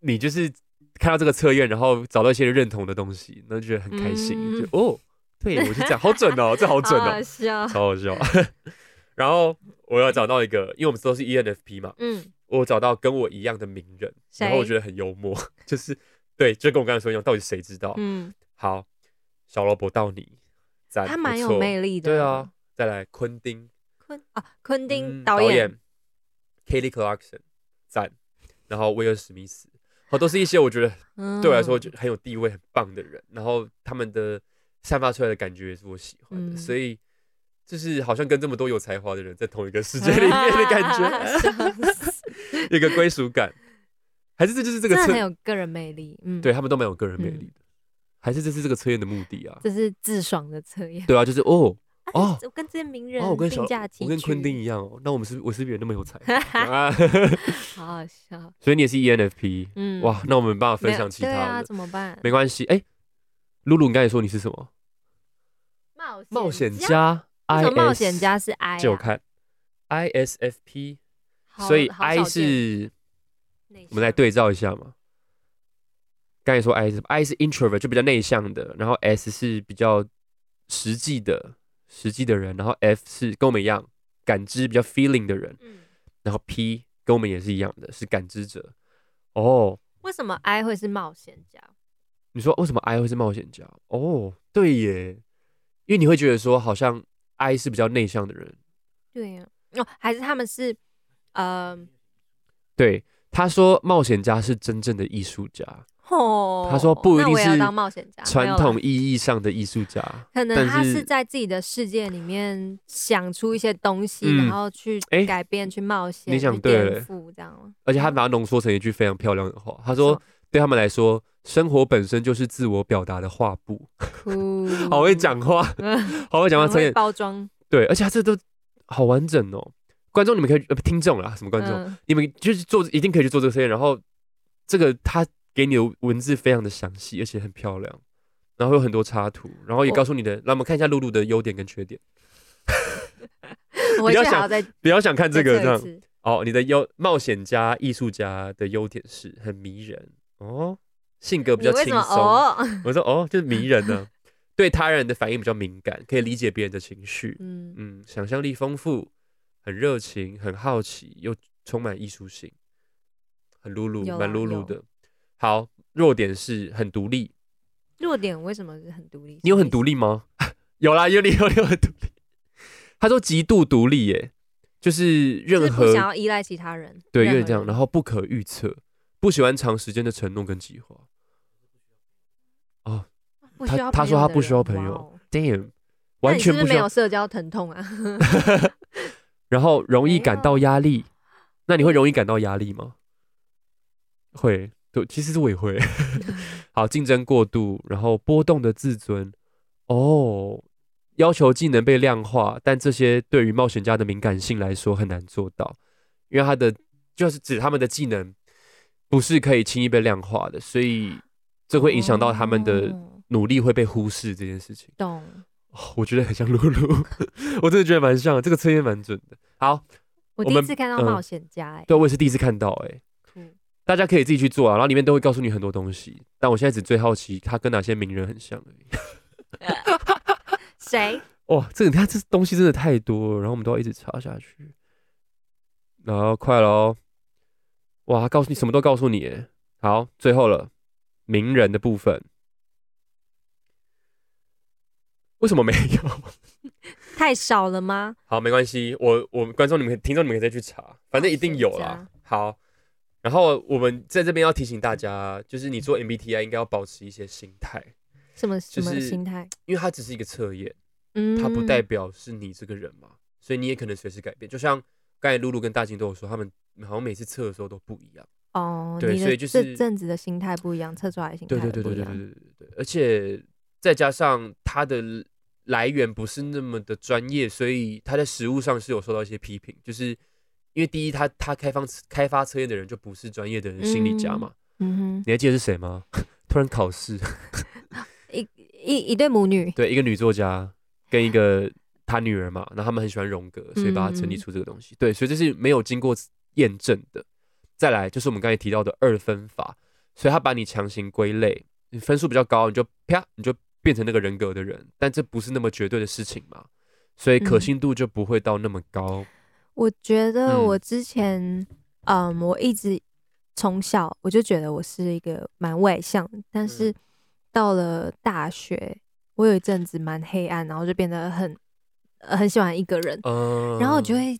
Speaker 2: 你就是看到这个测验，然后找到一些认同的东西，那就觉得很开心，
Speaker 3: 嗯
Speaker 2: 就哦，对我就这样，好准哦，这好准
Speaker 3: 好
Speaker 2: 哦
Speaker 3: 好，笑。
Speaker 2: 超好笑。 然后我要找到一个，因为我们都是 E ENFP 嘛，
Speaker 3: 嗯，
Speaker 2: 我找到跟我一样的名人，
Speaker 3: 谁
Speaker 2: 然后我觉得很幽默， 就是对，就跟我刚才说一样，到底谁知道？
Speaker 3: 嗯，
Speaker 2: 好，小罗伯道尼，赞，
Speaker 3: 他蛮
Speaker 2: 不
Speaker 3: 有
Speaker 2: 错
Speaker 3: 魅力的。
Speaker 2: 对啊，，再来昆汀，
Speaker 3: 昆啊，昆汀
Speaker 2: 嗯
Speaker 3: 导演，
Speaker 2: Kelly Clarkson，赞，然后威尔史密斯，好，都是一些我觉得
Speaker 3: 嗯
Speaker 2: 对我来啊说就很有地位、很棒的人，然后他们的散发出来的感觉也是我喜欢的，
Speaker 3: 嗯
Speaker 2: 所以就是好像跟这么多有才华的人在同一个世界里面的感 觉，
Speaker 3: 笑死
Speaker 2: 有一个归属感，还是这 就是这个
Speaker 3: 真的
Speaker 2: 测，
Speaker 3: 很有个人魅力。嗯，
Speaker 2: 对，他们都蛮有个人魅
Speaker 3: 嗯
Speaker 2: 力的，还是这是这个测验的目的啊？
Speaker 3: 这是自爽的测验。
Speaker 2: 对啊，就是哦哦
Speaker 3: 啊，我跟这些名人
Speaker 2: 哦，我跟小
Speaker 3: 并驾齐驱，
Speaker 2: 我跟昆 汀一样哦，那我们是我是不是也那么有才华啊？
Speaker 3: 好好笑。
Speaker 2: 所以你也是 E ENFP，
Speaker 3: 嗯，
Speaker 2: 哇，那我们没办法
Speaker 3: 没
Speaker 2: 分
Speaker 3: 有，
Speaker 2: 享其
Speaker 3: 对啊，
Speaker 2: 他的，
Speaker 3: 怎么办？
Speaker 2: 没关系，哎，露露，你刚才说你是什么？
Speaker 3: 冒
Speaker 2: 冒险家
Speaker 3: 为
Speaker 2: ，I
Speaker 3: 什
Speaker 2: S
Speaker 3: 么冒险家是 I，
Speaker 2: 借我
Speaker 3: 啊
Speaker 2: 看，ISFP，
Speaker 3: 好
Speaker 2: 所以
Speaker 3: 好
Speaker 2: I
Speaker 3: 少见
Speaker 2: 是，
Speaker 3: 内
Speaker 2: 我们来
Speaker 3: 向
Speaker 2: 对照一下嘛。刚才说 I 是 I 是 introvert 就比较内向的，然后 S 是比较实际的实际的人，然后 F 是跟我们一样感知比较 feeling 的人，
Speaker 3: 嗯，
Speaker 2: 然后 P 跟我们也是一样的，是感知者。哦，
Speaker 3: 为什么 I 会是冒险家？
Speaker 2: 你说为什么 I 会是冒险家？哦，对耶，因为你会觉得说好像 I 是比较内向的人，
Speaker 3: 对呀、哦，还是他们是呃，
Speaker 2: 对。他说：“冒险家是真正的艺术家，
Speaker 3: 哦，
Speaker 2: 他说不一
Speaker 3: 那
Speaker 2: 定
Speaker 3: 我也要
Speaker 2: 是
Speaker 3: 当冒险家，没
Speaker 2: 传
Speaker 3: 有啦
Speaker 2: 统意义上的艺术家。
Speaker 3: 可能
Speaker 2: 但
Speaker 3: 他
Speaker 2: 是
Speaker 3: 是在自己的世界里面想出一些东西，
Speaker 2: 嗯
Speaker 3: 然后去
Speaker 2: 诶
Speaker 3: 改变、去冒险、
Speaker 2: 你想
Speaker 3: 去
Speaker 2: 对了
Speaker 3: 颠覆这样吗。
Speaker 2: 而且他把它浓缩成一句非常漂亮的话，他
Speaker 3: 嗯什
Speaker 2: 说
Speaker 3: 么：“
Speaker 2: 对他们来说，生活本身就是自我表达的画布。，
Speaker 3: 酷
Speaker 2: 好会，讲话，好会讲话，
Speaker 3: 嗯 很
Speaker 2: 陈
Speaker 3: 会
Speaker 2: 也
Speaker 3: 包装
Speaker 2: 对，而且他这都好完整哦。观众你们可以呃不听众啦，什么观众，
Speaker 3: 嗯
Speaker 2: 你们就是做一定可以去做这个实验，然后这个他给你的文字非常的详细，而且很漂亮，然后有很多插图，然后也
Speaker 3: 我
Speaker 2: 告诉你的，让我们看一下露露的优点跟缺点。
Speaker 3: 我回
Speaker 2: 比较
Speaker 3: 去还要
Speaker 2: 想
Speaker 3: 再
Speaker 2: 不要想看这个
Speaker 3: 再
Speaker 2: 这样
Speaker 3: 测一。次
Speaker 2: 哦，你的优冒险家、艺术家的优点是很迷人哦，性格比
Speaker 3: 你
Speaker 2: 较
Speaker 3: 为
Speaker 2: 轻
Speaker 3: 什
Speaker 2: 松。
Speaker 3: 么哦？
Speaker 2: 我说哦，就是迷人 呢、对他人的反应比较敏感，可以理解别人的情绪。
Speaker 3: 嗯，
Speaker 2: 嗯，想象力丰富，很热情，很好奇，又充满艺术性，很露露，
Speaker 3: 有
Speaker 2: 蛮
Speaker 3: 啊
Speaker 2: 露露
Speaker 3: 有
Speaker 2: 的。好，弱点是很独立，
Speaker 3: 弱点为什么是很独立？
Speaker 2: 你有很独
Speaker 3: 立？
Speaker 2: 立吗？ 有啦，有你有你有很独立。他说极度独立，耶，就是
Speaker 3: 就是
Speaker 2: 任
Speaker 3: 不
Speaker 2: 何
Speaker 3: 想要依赖其他人，
Speaker 2: 对，有点
Speaker 3: 任何
Speaker 2: 这样，
Speaker 3: 人
Speaker 2: 然后不可预测，不喜欢长时间的承诺跟计划。
Speaker 3: 不
Speaker 2: 他
Speaker 3: 需
Speaker 2: 他
Speaker 3: 要朋
Speaker 2: 说
Speaker 3: 友
Speaker 2: 他
Speaker 3: 的
Speaker 2: 不需要
Speaker 3: 人
Speaker 2: 朋
Speaker 3: 哇
Speaker 2: 友
Speaker 3: 哦
Speaker 2: Damn，
Speaker 3: 那
Speaker 2: 完
Speaker 3: 你
Speaker 2: 全
Speaker 3: 是
Speaker 2: 不
Speaker 3: 不是
Speaker 2: 需
Speaker 3: 没
Speaker 2: 要
Speaker 3: 有。社交疼痛啊？
Speaker 2: 然后容易
Speaker 3: 没
Speaker 2: 感到
Speaker 3: 有
Speaker 2: 压力，那你会容易感到压力吗？会，对，其实我也 会。好，竞争过度，然后波动的自尊，哦，要求技能被量化，但这些对于冒险家的敏感性来说很难做到，因为他的就是指他们的技能不是可以轻易被量化的，所以这 会影响到他们的
Speaker 3: 哦
Speaker 2: 努力会被忽视这件事情。
Speaker 3: 懂。
Speaker 2: 哦、我觉得很像露露， 我真的觉得蛮像，这个测验蛮准的。好，我
Speaker 3: 我第一
Speaker 2: 们
Speaker 3: 次看到
Speaker 2: 嗯
Speaker 3: 冒险家，哎，
Speaker 2: 对，我也是第一次看到、欸，
Speaker 3: 酷
Speaker 2: 大家可以自己去做啊，然后里面都会告诉你很多东西。但我现在只最好奇它跟哪些名人很像而已。
Speaker 3: 谁？
Speaker 2: 哇，这个它这东西真的太多了，然后我们都要一直查下去。然后快了哦，哇，它告诉你什么都告诉你欸。好，最后了，名人的部分，为什么没有？
Speaker 3: 太少了吗？
Speaker 2: 好，没关系，我我观众你们、听众你们可以再去查，反正一定有
Speaker 3: 冒
Speaker 2: 啦
Speaker 3: 险。
Speaker 2: 好，然后我们在这边要提醒大家，就是你做 MBTI 应该要保持一些心态，
Speaker 3: 什么什
Speaker 2: 就
Speaker 3: 么
Speaker 2: 是
Speaker 3: 心态？
Speaker 2: 因为它只是一个测验，
Speaker 3: 嗯，
Speaker 2: 它不代表是你这个人嘛，所以你也可能随时改变。就像刚才露露跟大金都有说，他们好像每次测的时候都不一样。
Speaker 3: 哦，
Speaker 2: 对
Speaker 3: 你的
Speaker 2: 所以就
Speaker 3: 这
Speaker 2: 是
Speaker 3: 阵子的心态不一样，测出来的心态
Speaker 2: 对对
Speaker 3: 也
Speaker 2: 对
Speaker 3: 不
Speaker 2: 对
Speaker 3: 一
Speaker 2: 对对
Speaker 3: 样
Speaker 2: 对对对，而且再加上它的来源不是那么的专业，所以它在实物上是有受到一些批评，就是因为第一，它它开放开发测验的人就不是专业的人心理家嘛，
Speaker 3: 嗯
Speaker 2: 你还记得是谁吗？ 突然考试，
Speaker 3: 哼，一一一对母女，
Speaker 2: 对，一个女作家跟一个她女儿嘛，然后他们很喜欢荣格，所以把它整理
Speaker 3: 嗯
Speaker 2: 出这个东西。对，所以这是没有经过验证的。再来就是我们刚才提到的二分法，所以他把你强行归类，你分数比较高，你就啪，你就变成那个人格的人，但这不是那么绝对的事情嘛，所以可
Speaker 3: 嗯
Speaker 2: 信度就不会到那么高。
Speaker 3: 我觉得
Speaker 2: 嗯
Speaker 3: 我之前，嗯，我一直从小我就觉得我是一个蛮外向的，但是
Speaker 2: 嗯
Speaker 3: 到了大学，我有一阵子蛮黑暗，然后就变得很、呃很喜欢一个人，
Speaker 2: 嗯，
Speaker 3: 然后我就会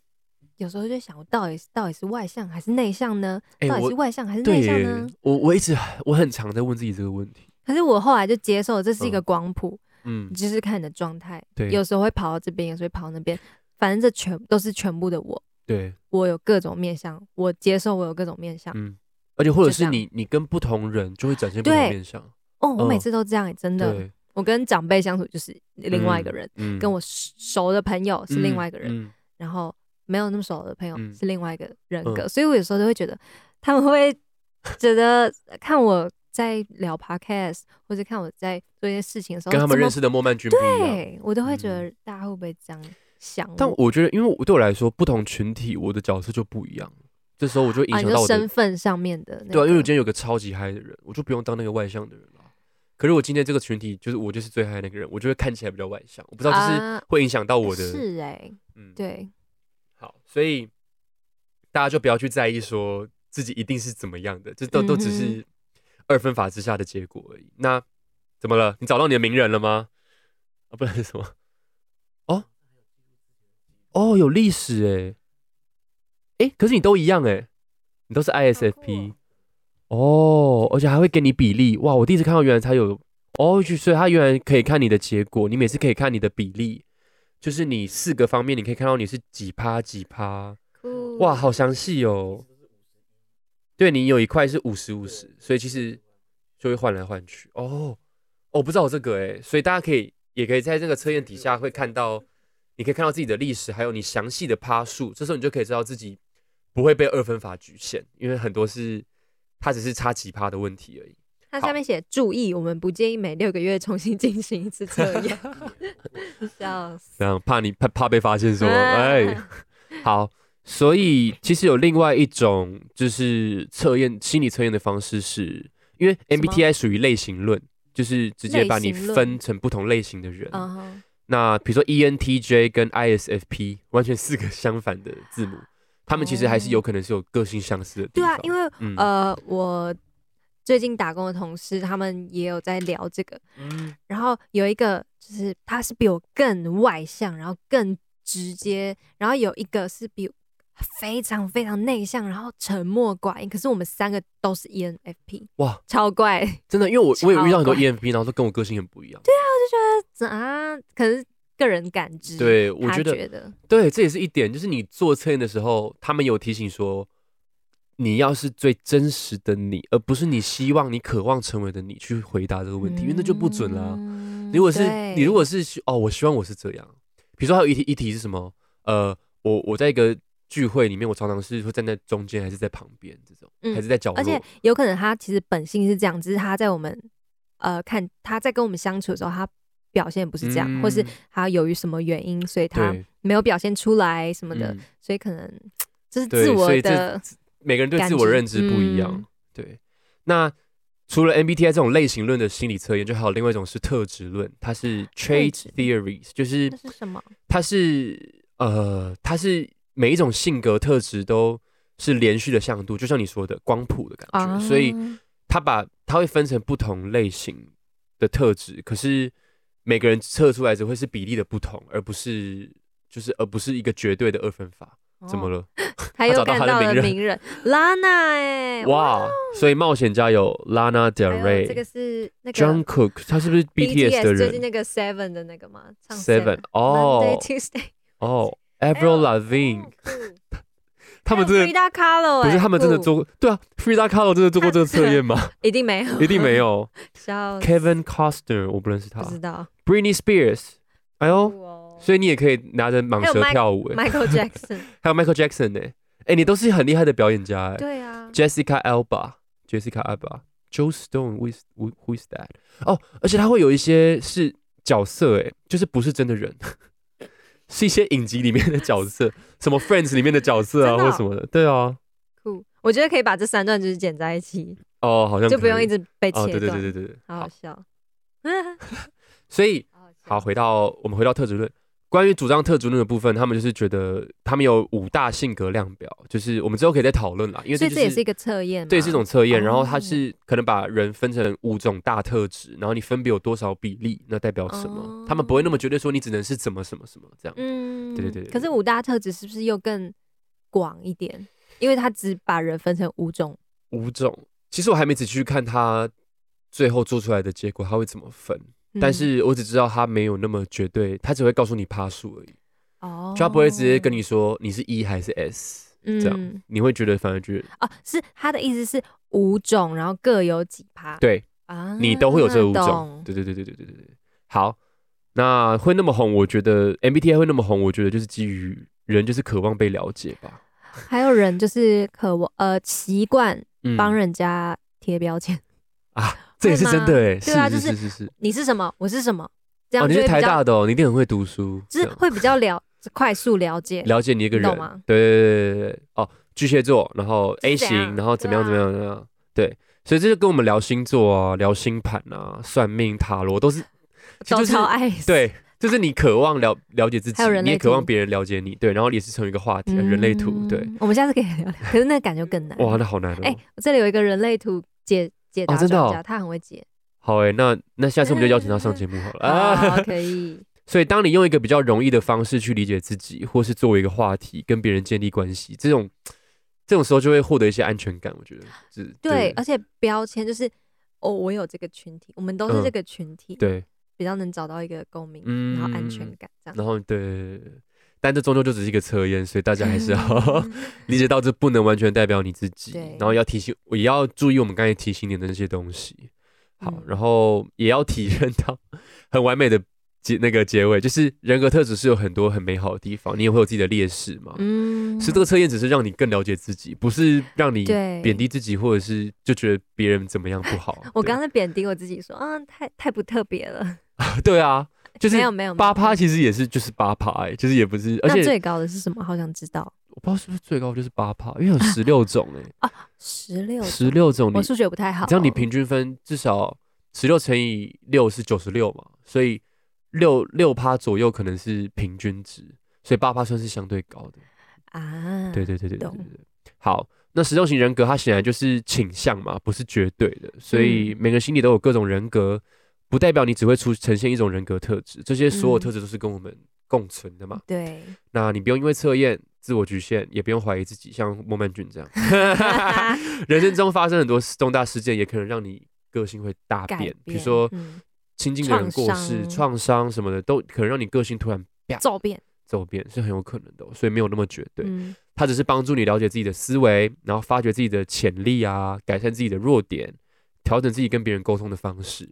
Speaker 3: 有时候就想，我到底是到底是外向还是内向呢？
Speaker 2: 哎、
Speaker 3: 到底是
Speaker 2: 我
Speaker 3: 外向还是
Speaker 2: 对
Speaker 3: 内向
Speaker 2: 耶
Speaker 3: 呢？，
Speaker 2: 我我一直我很常在问自己这个问题。
Speaker 3: 可是我后来就接受这是一个
Speaker 2: 嗯
Speaker 3: 光谱，
Speaker 2: 嗯
Speaker 3: 你，就是看你的状态，
Speaker 2: 对
Speaker 3: 有时候会跑到这边，有时候会跑到那边，反正这全都是全部的我。
Speaker 2: 对，
Speaker 3: 我有各种面相，我接受我有各种面相。
Speaker 2: 嗯，而且或者
Speaker 3: 就是这样
Speaker 2: 你你跟不同人就会展现不同
Speaker 3: 对
Speaker 2: 面相。
Speaker 3: 哦，我每
Speaker 2: 嗯
Speaker 3: 次都这样、欸，真的。
Speaker 2: 对，
Speaker 3: 我跟长辈相处就是另外一个人，
Speaker 2: 嗯，
Speaker 3: 跟我熟的朋友是另外一个人，
Speaker 2: 嗯，嗯
Speaker 3: 然后没有那么熟的朋友
Speaker 2: 嗯
Speaker 3: 是另外一个人格，所以我有时候都会觉得他们会觉得看我在聊 podcast 或者看我在做一些事情的时候，
Speaker 2: 跟他们
Speaker 3: 怎么
Speaker 2: 认识的莫曼君不一样。
Speaker 3: 对我都会觉
Speaker 2: 嗯
Speaker 3: 得大家会不会这样想我？
Speaker 2: 但我觉得，因为我对我来说，不同群体我的角色就不一样。这时候我就影
Speaker 3: 啊，
Speaker 2: 响到
Speaker 3: 你说
Speaker 2: 我的、
Speaker 3: 身份上面的那个，
Speaker 2: 对啊，因为我今天有个超级嗨的人，我就不用当那个外向的人了。可是我今天这个群体，就是我就是最嗨的那个人，我就会看起来比较外向。我不知道，就是
Speaker 3: 啊
Speaker 2: 会影响到我的，
Speaker 3: 是哎、
Speaker 2: 嗯，，
Speaker 3: 对，
Speaker 2: 好，所以大家就不要去在意说自己一定是怎么样的，这都都只
Speaker 3: 嗯
Speaker 2: 是二分法之下的结果而已。那怎么了？你找到你的名人了吗？啊，不然是什么？哦， 哦，有历史哎、哎、可是你都一样哎、你都是 ISFP 哦，而且还会给你比例哇！我第一次看到原来他有哦，就所以他原来可以看你的结果，你每次可以看你的比例，就是你四个方面你可以看到你是几趴几趴，
Speaker 3: 酷
Speaker 2: 哇，好详细哦。对你有一块是五十五十，所以其实就会换来换去哦。哦我不知道我这个哎，所以大家可以也可以在这个测验底下会看到，你可以看到自己的历史，还有你详细的趴数，这时候你就可以知道自己不会被二分法局限，因为很多是它只是差几趴的问题而已。
Speaker 3: 它下面写注意，我们不建议每六个月重新进行一次测验。 笑死！
Speaker 2: 这样怕你怕怕被发现说，
Speaker 3: 啊
Speaker 2: 哎，好，所 以其实有另外一种就是测验心理测验的方式是，因为
Speaker 3: 么
Speaker 2: MBTI 属于类型论，就是直接把你
Speaker 3: 类型论
Speaker 2: 分成不同类型的人。
Speaker 3: 嗯哼，
Speaker 2: 那比如说 E ENTJ 跟 ISFP 完全四个相反的字母，他们其实还是有可能是有个性相似的地
Speaker 3: 哦对
Speaker 2: 方。
Speaker 3: 啊，因为
Speaker 2: 嗯
Speaker 3: 呃，我最近打工的同事他们也有在聊这个，
Speaker 2: 嗯
Speaker 3: 然后有一个就是他是比我更外向，然后更直接，然后有一个是比我非常非常内向，然后沉默寡言。可是我们三个都是 E ENFP，
Speaker 2: 哇，
Speaker 3: 超怪。
Speaker 2: 真的，因为我我有遇到很多 E
Speaker 3: 超怪
Speaker 2: ENFP，然后都跟我个性很不一样。对
Speaker 3: 啊，可是个人感知，
Speaker 2: 对我
Speaker 3: 他
Speaker 2: 觉得
Speaker 3: 觉得
Speaker 2: 对，这也是一点，就是你做测验的时候，他们有提醒说，你要是最真实的你，而不是你希望、你渴望成为的你去回答这个问题，因为那就不准啦、
Speaker 3: 嗯
Speaker 2: 如果是你，如果
Speaker 3: 对
Speaker 2: 是希哦，我希望我是这样。比如说，还有一题，一题是什么？呃，我我在一个聚会里面，我常常是会站在中间，还是在旁边这种，
Speaker 3: 嗯
Speaker 2: 还是在角落？
Speaker 3: 而且有可能他其实本性是这样，只是他在我们呃看他在跟我们相处的时候，他表现不是这样，
Speaker 2: 嗯
Speaker 3: 或是他由于什么原因，所以他
Speaker 2: 对
Speaker 3: 没有表现出来什么的，
Speaker 2: 嗯
Speaker 3: 所以可能这是
Speaker 2: 对
Speaker 3: 自我
Speaker 2: 所以这
Speaker 3: 的
Speaker 2: 每个人对
Speaker 3: 感
Speaker 2: 自我
Speaker 3: 知
Speaker 2: 认知不一样。
Speaker 3: 嗯
Speaker 2: 对，那除了 MBTI 这种类型论的心理测验，就还有另外一种是特质论，它是 trait
Speaker 3: 质
Speaker 2: theories，就是
Speaker 3: 那是什么？
Speaker 2: 它是呃，它是每一种性格特质都是连续的向度，就像你说的光谱的感觉，
Speaker 3: 啊，
Speaker 2: 所以它把它会分成不同类型的特质，可是每个人测出来只会是比例的不同，而不是就是而不是一个绝对的二分法。怎么
Speaker 3: 哦？
Speaker 2: 了？
Speaker 3: 他
Speaker 2: 他
Speaker 3: 又
Speaker 2: 找到他
Speaker 3: 看
Speaker 2: 的
Speaker 3: 到
Speaker 2: 名
Speaker 3: 了
Speaker 2: 人
Speaker 3: 名 人拉娜哎，
Speaker 2: 哇！所以冒险家有 Lana Del
Speaker 3: 还有
Speaker 2: Rey、
Speaker 3: 这个是那个
Speaker 2: John Cook，他是不是 BTS 的
Speaker 3: 最
Speaker 2: 人
Speaker 3: 近那个 Seven 的那个吗？唱
Speaker 2: Seven？哦
Speaker 3: Monday Tuesday，哎哦
Speaker 2: 哦，Avril Lavigne，他们真的
Speaker 3: Frida Kahlo，哎啊
Speaker 2: 不是他们真的
Speaker 3: 酷
Speaker 2: 做过对啊，Frida Kahlo 真的做过这个测验吗？
Speaker 3: 一定没 有，
Speaker 2: 一定没 有。
Speaker 3: 笑死
Speaker 2: Kevin Costner 我不认识他
Speaker 3: 不知道。
Speaker 2: ，Britney Spears，哎呦，所
Speaker 3: 以
Speaker 2: 以你也可以拿着蟒蛇
Speaker 3: 还有 Mike-
Speaker 2: 跳舞哎，
Speaker 3: Michael Jackson，
Speaker 2: 还有 Michael Jackson 呢，哎，你都是很厉害的表演 家哎。
Speaker 3: 对啊，
Speaker 2: Jessica Alba，Jessica Alba，Joe Stone，who is who who is that？哦，而且他会有一些是角色，哎，就是不是真的人， 是一些影集里面的角色，什么 Friends 里面的角色啊，
Speaker 3: 真的
Speaker 2: 或
Speaker 3: 哦
Speaker 2: 什么的，对啊，
Speaker 3: 酷。我觉得可以把这三段就是剪在一起，
Speaker 2: 哦，好像
Speaker 3: 就不用一
Speaker 2: 直
Speaker 3: 直被
Speaker 2: 哦，
Speaker 3: 切
Speaker 2: 对对对
Speaker 3: 断，
Speaker 2: 对对，对
Speaker 3: 好
Speaker 2: 好
Speaker 3: 好，笑。
Speaker 2: 所以
Speaker 3: 好笑
Speaker 2: 好，，回到我们回到特质论。关于主张特质论的部分，他们就是觉得他们有五大性格量表，就是我们之后可以再讨论啦，因为这
Speaker 3: 所以
Speaker 2: 就
Speaker 3: 这也是一个测验嘛，
Speaker 2: 对，是一种测验，然后它
Speaker 3: 哦
Speaker 2: 是可能把人分成五种大特质，然后你分别有多少比例，那代表什么？他们不会那么绝对说你只能是怎么什么什么这样。
Speaker 3: 哦嗯，
Speaker 2: 对对对对
Speaker 3: 可是五大特质是不是又更广一点？因为它只把人分成五种，
Speaker 2: 五种，其实我还没仔细去看它最后做出来的结果，它会怎么分，
Speaker 3: 嗯
Speaker 2: 但是我只知道它没有那么绝对，它只会告诉你趴数而已，
Speaker 3: 哦，
Speaker 2: 就它不会直接跟你说你是 E 还是 S 这样，
Speaker 3: 嗯
Speaker 2: 你会觉得反而觉得
Speaker 3: 哦，是他的意思是五种，然后各有几趴，
Speaker 2: 对
Speaker 3: 啊，
Speaker 2: 你都会有这五种。
Speaker 3: 懂
Speaker 2: 对对对对对对对对。好，那会那么红，我觉得 MBTI 会那么红，我觉得就是基于人就是渴望被了解吧。
Speaker 3: 还有人就是渴望呃习惯
Speaker 2: 嗯
Speaker 3: 帮人家贴标签，
Speaker 2: 啊，这也是真的哎、
Speaker 3: 对啊
Speaker 2: 是
Speaker 3: 就是
Speaker 2: 是是是。
Speaker 3: 你是什么，我是什么，这
Speaker 2: 哦，
Speaker 3: 样
Speaker 2: 你
Speaker 3: 就是会
Speaker 2: 台
Speaker 3: 比较，
Speaker 2: 大的哦，你一定很会读书，
Speaker 3: 就是
Speaker 2: 这样
Speaker 3: 会比较了快速了解，
Speaker 2: 了解你一个
Speaker 3: 你
Speaker 2: 人
Speaker 3: 懂吗，
Speaker 2: 对对对对对对。哦，巨蟹座，然后 A
Speaker 3: 是怎样
Speaker 2: 型，然后怎么样怎
Speaker 3: 对啊
Speaker 2: 么样怎么样，对，所以这就跟我们聊星座啊、聊星盘啊、算命、塔罗都是， 其实
Speaker 3: 都
Speaker 2: 就是
Speaker 3: 超爱死，
Speaker 2: 对，就是你渴望了了解自己
Speaker 3: 还有人，类
Speaker 2: 你也渴望
Speaker 3: 图
Speaker 2: 别人了解你，对，然后也是成为一个话题，
Speaker 3: 嗯，
Speaker 2: 人类图，对，
Speaker 3: 我们下次可以聊聊，可是那感觉更难。
Speaker 2: 哇，那好难哦。
Speaker 3: 哎、我这里有一个人类图解解答
Speaker 2: 哦真
Speaker 3: 专
Speaker 2: 的
Speaker 3: 家，
Speaker 2: 哦
Speaker 3: 他很会解
Speaker 2: 好哎、那那下次我们就邀请他上节目好了
Speaker 3: 啊，
Speaker 2: 啊。
Speaker 3: 可以。
Speaker 2: 所以，当你用一个比较容易的方式去理解自己，或是作为一个话题跟别人建立关系，这种这种时候就会获得一些安全感。我觉得，是
Speaker 3: 对，而且标签就是哦，我有这个群体，我们都是
Speaker 2: 嗯
Speaker 3: 这个群体，
Speaker 2: 对，
Speaker 3: 比较能找到一个共鸣，
Speaker 2: 嗯
Speaker 3: 然后安全感这样。
Speaker 2: 然后对对，对对但这终究就只是一个测验，所以大家还是哦 要 理解到这不能完全代表你自己
Speaker 3: 嗯对，
Speaker 2: 然后要提醒，我也要注意我们刚才提醒你的那些东西。好，
Speaker 3: 嗯
Speaker 2: 然后也要体认到 很完美的结那个结尾，就是人格特质是有很多很美好的地方，你也会有自己的劣势嘛。
Speaker 3: 嗯，
Speaker 2: 是这个测验只是让你更了解自己，不是让你
Speaker 3: 对。
Speaker 2: 贬低自己，或者是就觉得别人怎么样不好
Speaker 3: 我
Speaker 2: 对
Speaker 3: 刚才贬低我自己说啊，太太不特别了，
Speaker 2: 对啊，就是
Speaker 3: 没有没有没有
Speaker 2: 八趴，其实也是就是八趴，哎，就是也不是，而
Speaker 3: 那
Speaker 2: 且
Speaker 3: 最高的是什么？好想知道。
Speaker 2: 我不知道是不是最高就是八趴，因为有十六种
Speaker 3: 十 六
Speaker 2: 哎，，十六种你
Speaker 3: 我数学不太好，
Speaker 2: 这样你平均分至少十六乘以六是九十六嘛，所以六六趴左右可能是平均值，所以八趴算是相对高的。
Speaker 3: 啊，
Speaker 2: 对对对对对
Speaker 3: 懂
Speaker 2: 对对。好，那十六型人格它显然就是倾向嘛，不是绝对的，所
Speaker 3: 嗯
Speaker 2: 以每个人心里都有各种人格，不代表你只会出呈现一种人格特质，这些所有
Speaker 3: 嗯
Speaker 2: 特质都是跟我们共存的嘛。
Speaker 3: 对，
Speaker 2: 那你不用因为测验自我局限，也不用怀疑自己，像莫曼君这样。 人生中发生很多重大事件，也可能让你个性会大
Speaker 3: 改
Speaker 2: 变，
Speaker 3: 变，
Speaker 2: 比如说
Speaker 3: 嗯
Speaker 2: 亲近的人过世、
Speaker 3: 创伤
Speaker 2: 创伤什么的，都可能让你个性突然
Speaker 3: 骤变，
Speaker 2: 骤变，是很有可能的哦、所以没有那么绝对。
Speaker 3: 嗯
Speaker 2: 它只是帮助你了解自己的思维，然后发掘自己的潜力啊，改善自己的弱点，调整自己跟别人沟通的方式。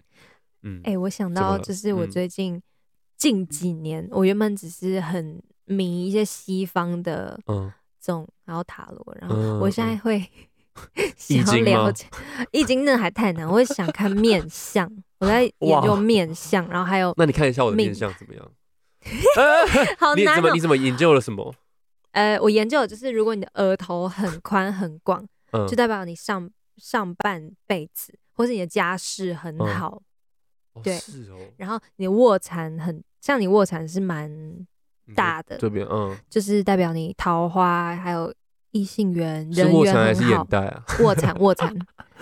Speaker 2: 嗯，
Speaker 3: 哎、我想
Speaker 2: 怎么
Speaker 3: 到
Speaker 2: 了
Speaker 3: 就是我
Speaker 2: 嗯
Speaker 3: 最近、近几年，我原本只是很迷一些西方的
Speaker 2: 嗯，
Speaker 3: 这种，然后塔罗，然后
Speaker 2: 嗯
Speaker 3: 我现在
Speaker 2: 嗯
Speaker 3: 会、
Speaker 2: 易
Speaker 3: 想要
Speaker 2: 经吗
Speaker 3: 了解易经，那还太难，我会想看面相，我在研 究
Speaker 2: 哇
Speaker 3: 面相，然后还有
Speaker 2: 那你看一下我的
Speaker 3: 命
Speaker 2: 面相怎么
Speaker 3: 哦
Speaker 2: 样？啊
Speaker 3: 好
Speaker 2: 你
Speaker 3: 难
Speaker 2: 怎
Speaker 3: 哦、
Speaker 2: 么你怎么研究了什么？
Speaker 3: 呃，我研究的就是如果你的额头很宽很广，
Speaker 2: 嗯
Speaker 3: 就代表你上上半辈子或是你的家世很
Speaker 2: 嗯
Speaker 3: 好，
Speaker 2: 哦
Speaker 3: 对
Speaker 2: 是哦，
Speaker 3: 然后你的卧蚕很像你卧蚕是
Speaker 2: 嗯
Speaker 3: 蛮
Speaker 2: 你说
Speaker 3: 大的
Speaker 2: 这边嗯，
Speaker 3: 就是代表你桃花还有异性缘，
Speaker 2: 是
Speaker 3: 人
Speaker 2: 卧蚕还
Speaker 3: 缘
Speaker 2: 是
Speaker 3: 很
Speaker 2: 眼
Speaker 3: 好。
Speaker 2: 袋啊？
Speaker 3: 卧蚕，卧蚕，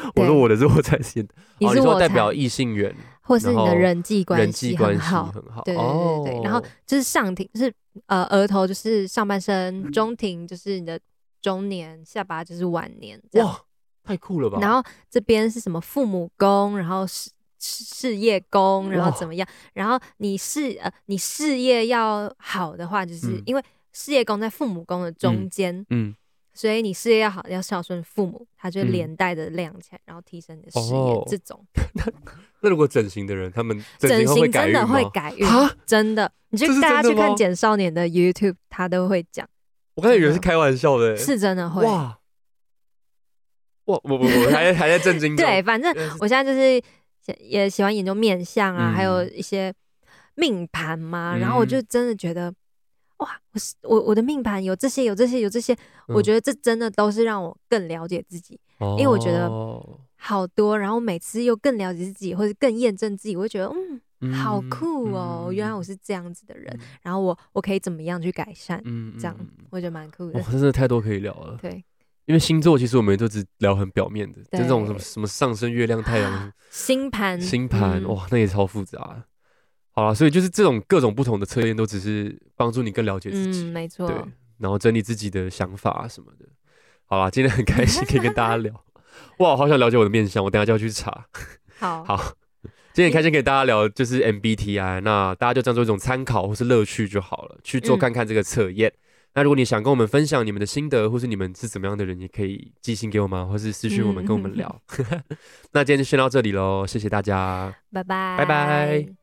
Speaker 2: 我
Speaker 3: 对
Speaker 2: 说我的是卧蚕是眼袋，
Speaker 3: 你
Speaker 2: 哦
Speaker 3: 是
Speaker 2: 说
Speaker 3: 卧
Speaker 2: 代
Speaker 3: 蚕，
Speaker 2: 表异性缘，
Speaker 3: 或是你
Speaker 2: 然后
Speaker 3: 的人际
Speaker 2: 人
Speaker 3: 关
Speaker 2: 际
Speaker 3: 系
Speaker 2: 关
Speaker 3: 很
Speaker 2: 系
Speaker 3: 好，
Speaker 2: 很好，
Speaker 3: 对对对对对然后
Speaker 2: 哦
Speaker 3: 就是上庭就是呃额头就是上半身，中庭就是你的中年，下巴就是晚年这样。
Speaker 2: 哇，太酷了吧？
Speaker 3: 然后这边是什么父母宫，然后事事事业宫，然后
Speaker 2: 哇
Speaker 3: 怎么样？然后你事呃你事业要好的话，就是、
Speaker 2: 嗯
Speaker 3: 因为事业宫在父母宫的中
Speaker 2: 嗯
Speaker 3: 间，
Speaker 2: 嗯，
Speaker 3: 所以你事业要好，要孝顺父母，他就会
Speaker 2: 嗯
Speaker 3: 连带的亮起来，然后提升你的事业。
Speaker 2: 哦
Speaker 3: 这种
Speaker 2: 那如果整形的人，他们
Speaker 3: 整
Speaker 2: 后会
Speaker 3: 形
Speaker 2: 改
Speaker 3: 真的
Speaker 2: 运
Speaker 3: 会
Speaker 2: 吗
Speaker 3: 改运
Speaker 2: 哈，
Speaker 3: 真的。你去
Speaker 2: 这是
Speaker 3: 大家
Speaker 2: 真的
Speaker 3: 去看
Speaker 2: 吗
Speaker 3: 简少年的 YouTube，他都会讲，
Speaker 2: 我刚才以为是开玩笑的欸，
Speaker 3: 是真的会。
Speaker 2: 哇哇，我我我还在还在震惊中。
Speaker 3: 对，反正
Speaker 2: 原来是
Speaker 3: 我现在就是喜也喜欢研究面相啊，
Speaker 2: 嗯
Speaker 3: 还有一些命盘嘛，
Speaker 2: 嗯
Speaker 3: 然后我就真的觉得。哇，我是我我的命盘有这些有这些有这些，
Speaker 2: 嗯
Speaker 3: 我觉得这真的都是让我更了解自己，因为我觉得
Speaker 2: 哦
Speaker 3: 好多，然后每次又更了解自己，或者更验证自己，我会觉得嗯，好酷哦！
Speaker 2: 嗯
Speaker 3: 原来我，是这样子的人，然后我我可以怎么样去改善？
Speaker 2: 嗯嗯嗯
Speaker 3: 这样我觉得蛮酷
Speaker 2: 哇
Speaker 3: 的，。
Speaker 2: 真的太多可以聊了。
Speaker 3: 对，
Speaker 2: 因为星座其实我们都只聊很表面的，就
Speaker 3: 对
Speaker 2: 这种什么什么上升、月亮、太 阳、
Speaker 3: 星盘，
Speaker 2: 星盘，
Speaker 3: 嗯，
Speaker 2: 哇，那也超复杂的。好了，所以就是这种各种不同的测验，都只是帮助你更了解自己
Speaker 3: 嗯，。没错
Speaker 2: 对，，然后整理自己的想法啊什么的。好啦，今天很开心可以跟大家聊， 哇，我好想了解我的面相，我等一下就要去查。
Speaker 3: 好，
Speaker 2: 好，今天很开心可以大家聊就是 MBTI，那大家就当做一种参考或是乐趣就好了，去做
Speaker 3: 嗯
Speaker 2: 看看这个测验。那如果你想跟我们分享你们的心得，或是你们是怎么样的人，也可以寄信给我们，或是私信我们，
Speaker 3: 嗯
Speaker 2: 跟我们聊。那今天就先到这里喽，谢谢大家。
Speaker 3: 拜拜，
Speaker 2: 拜拜。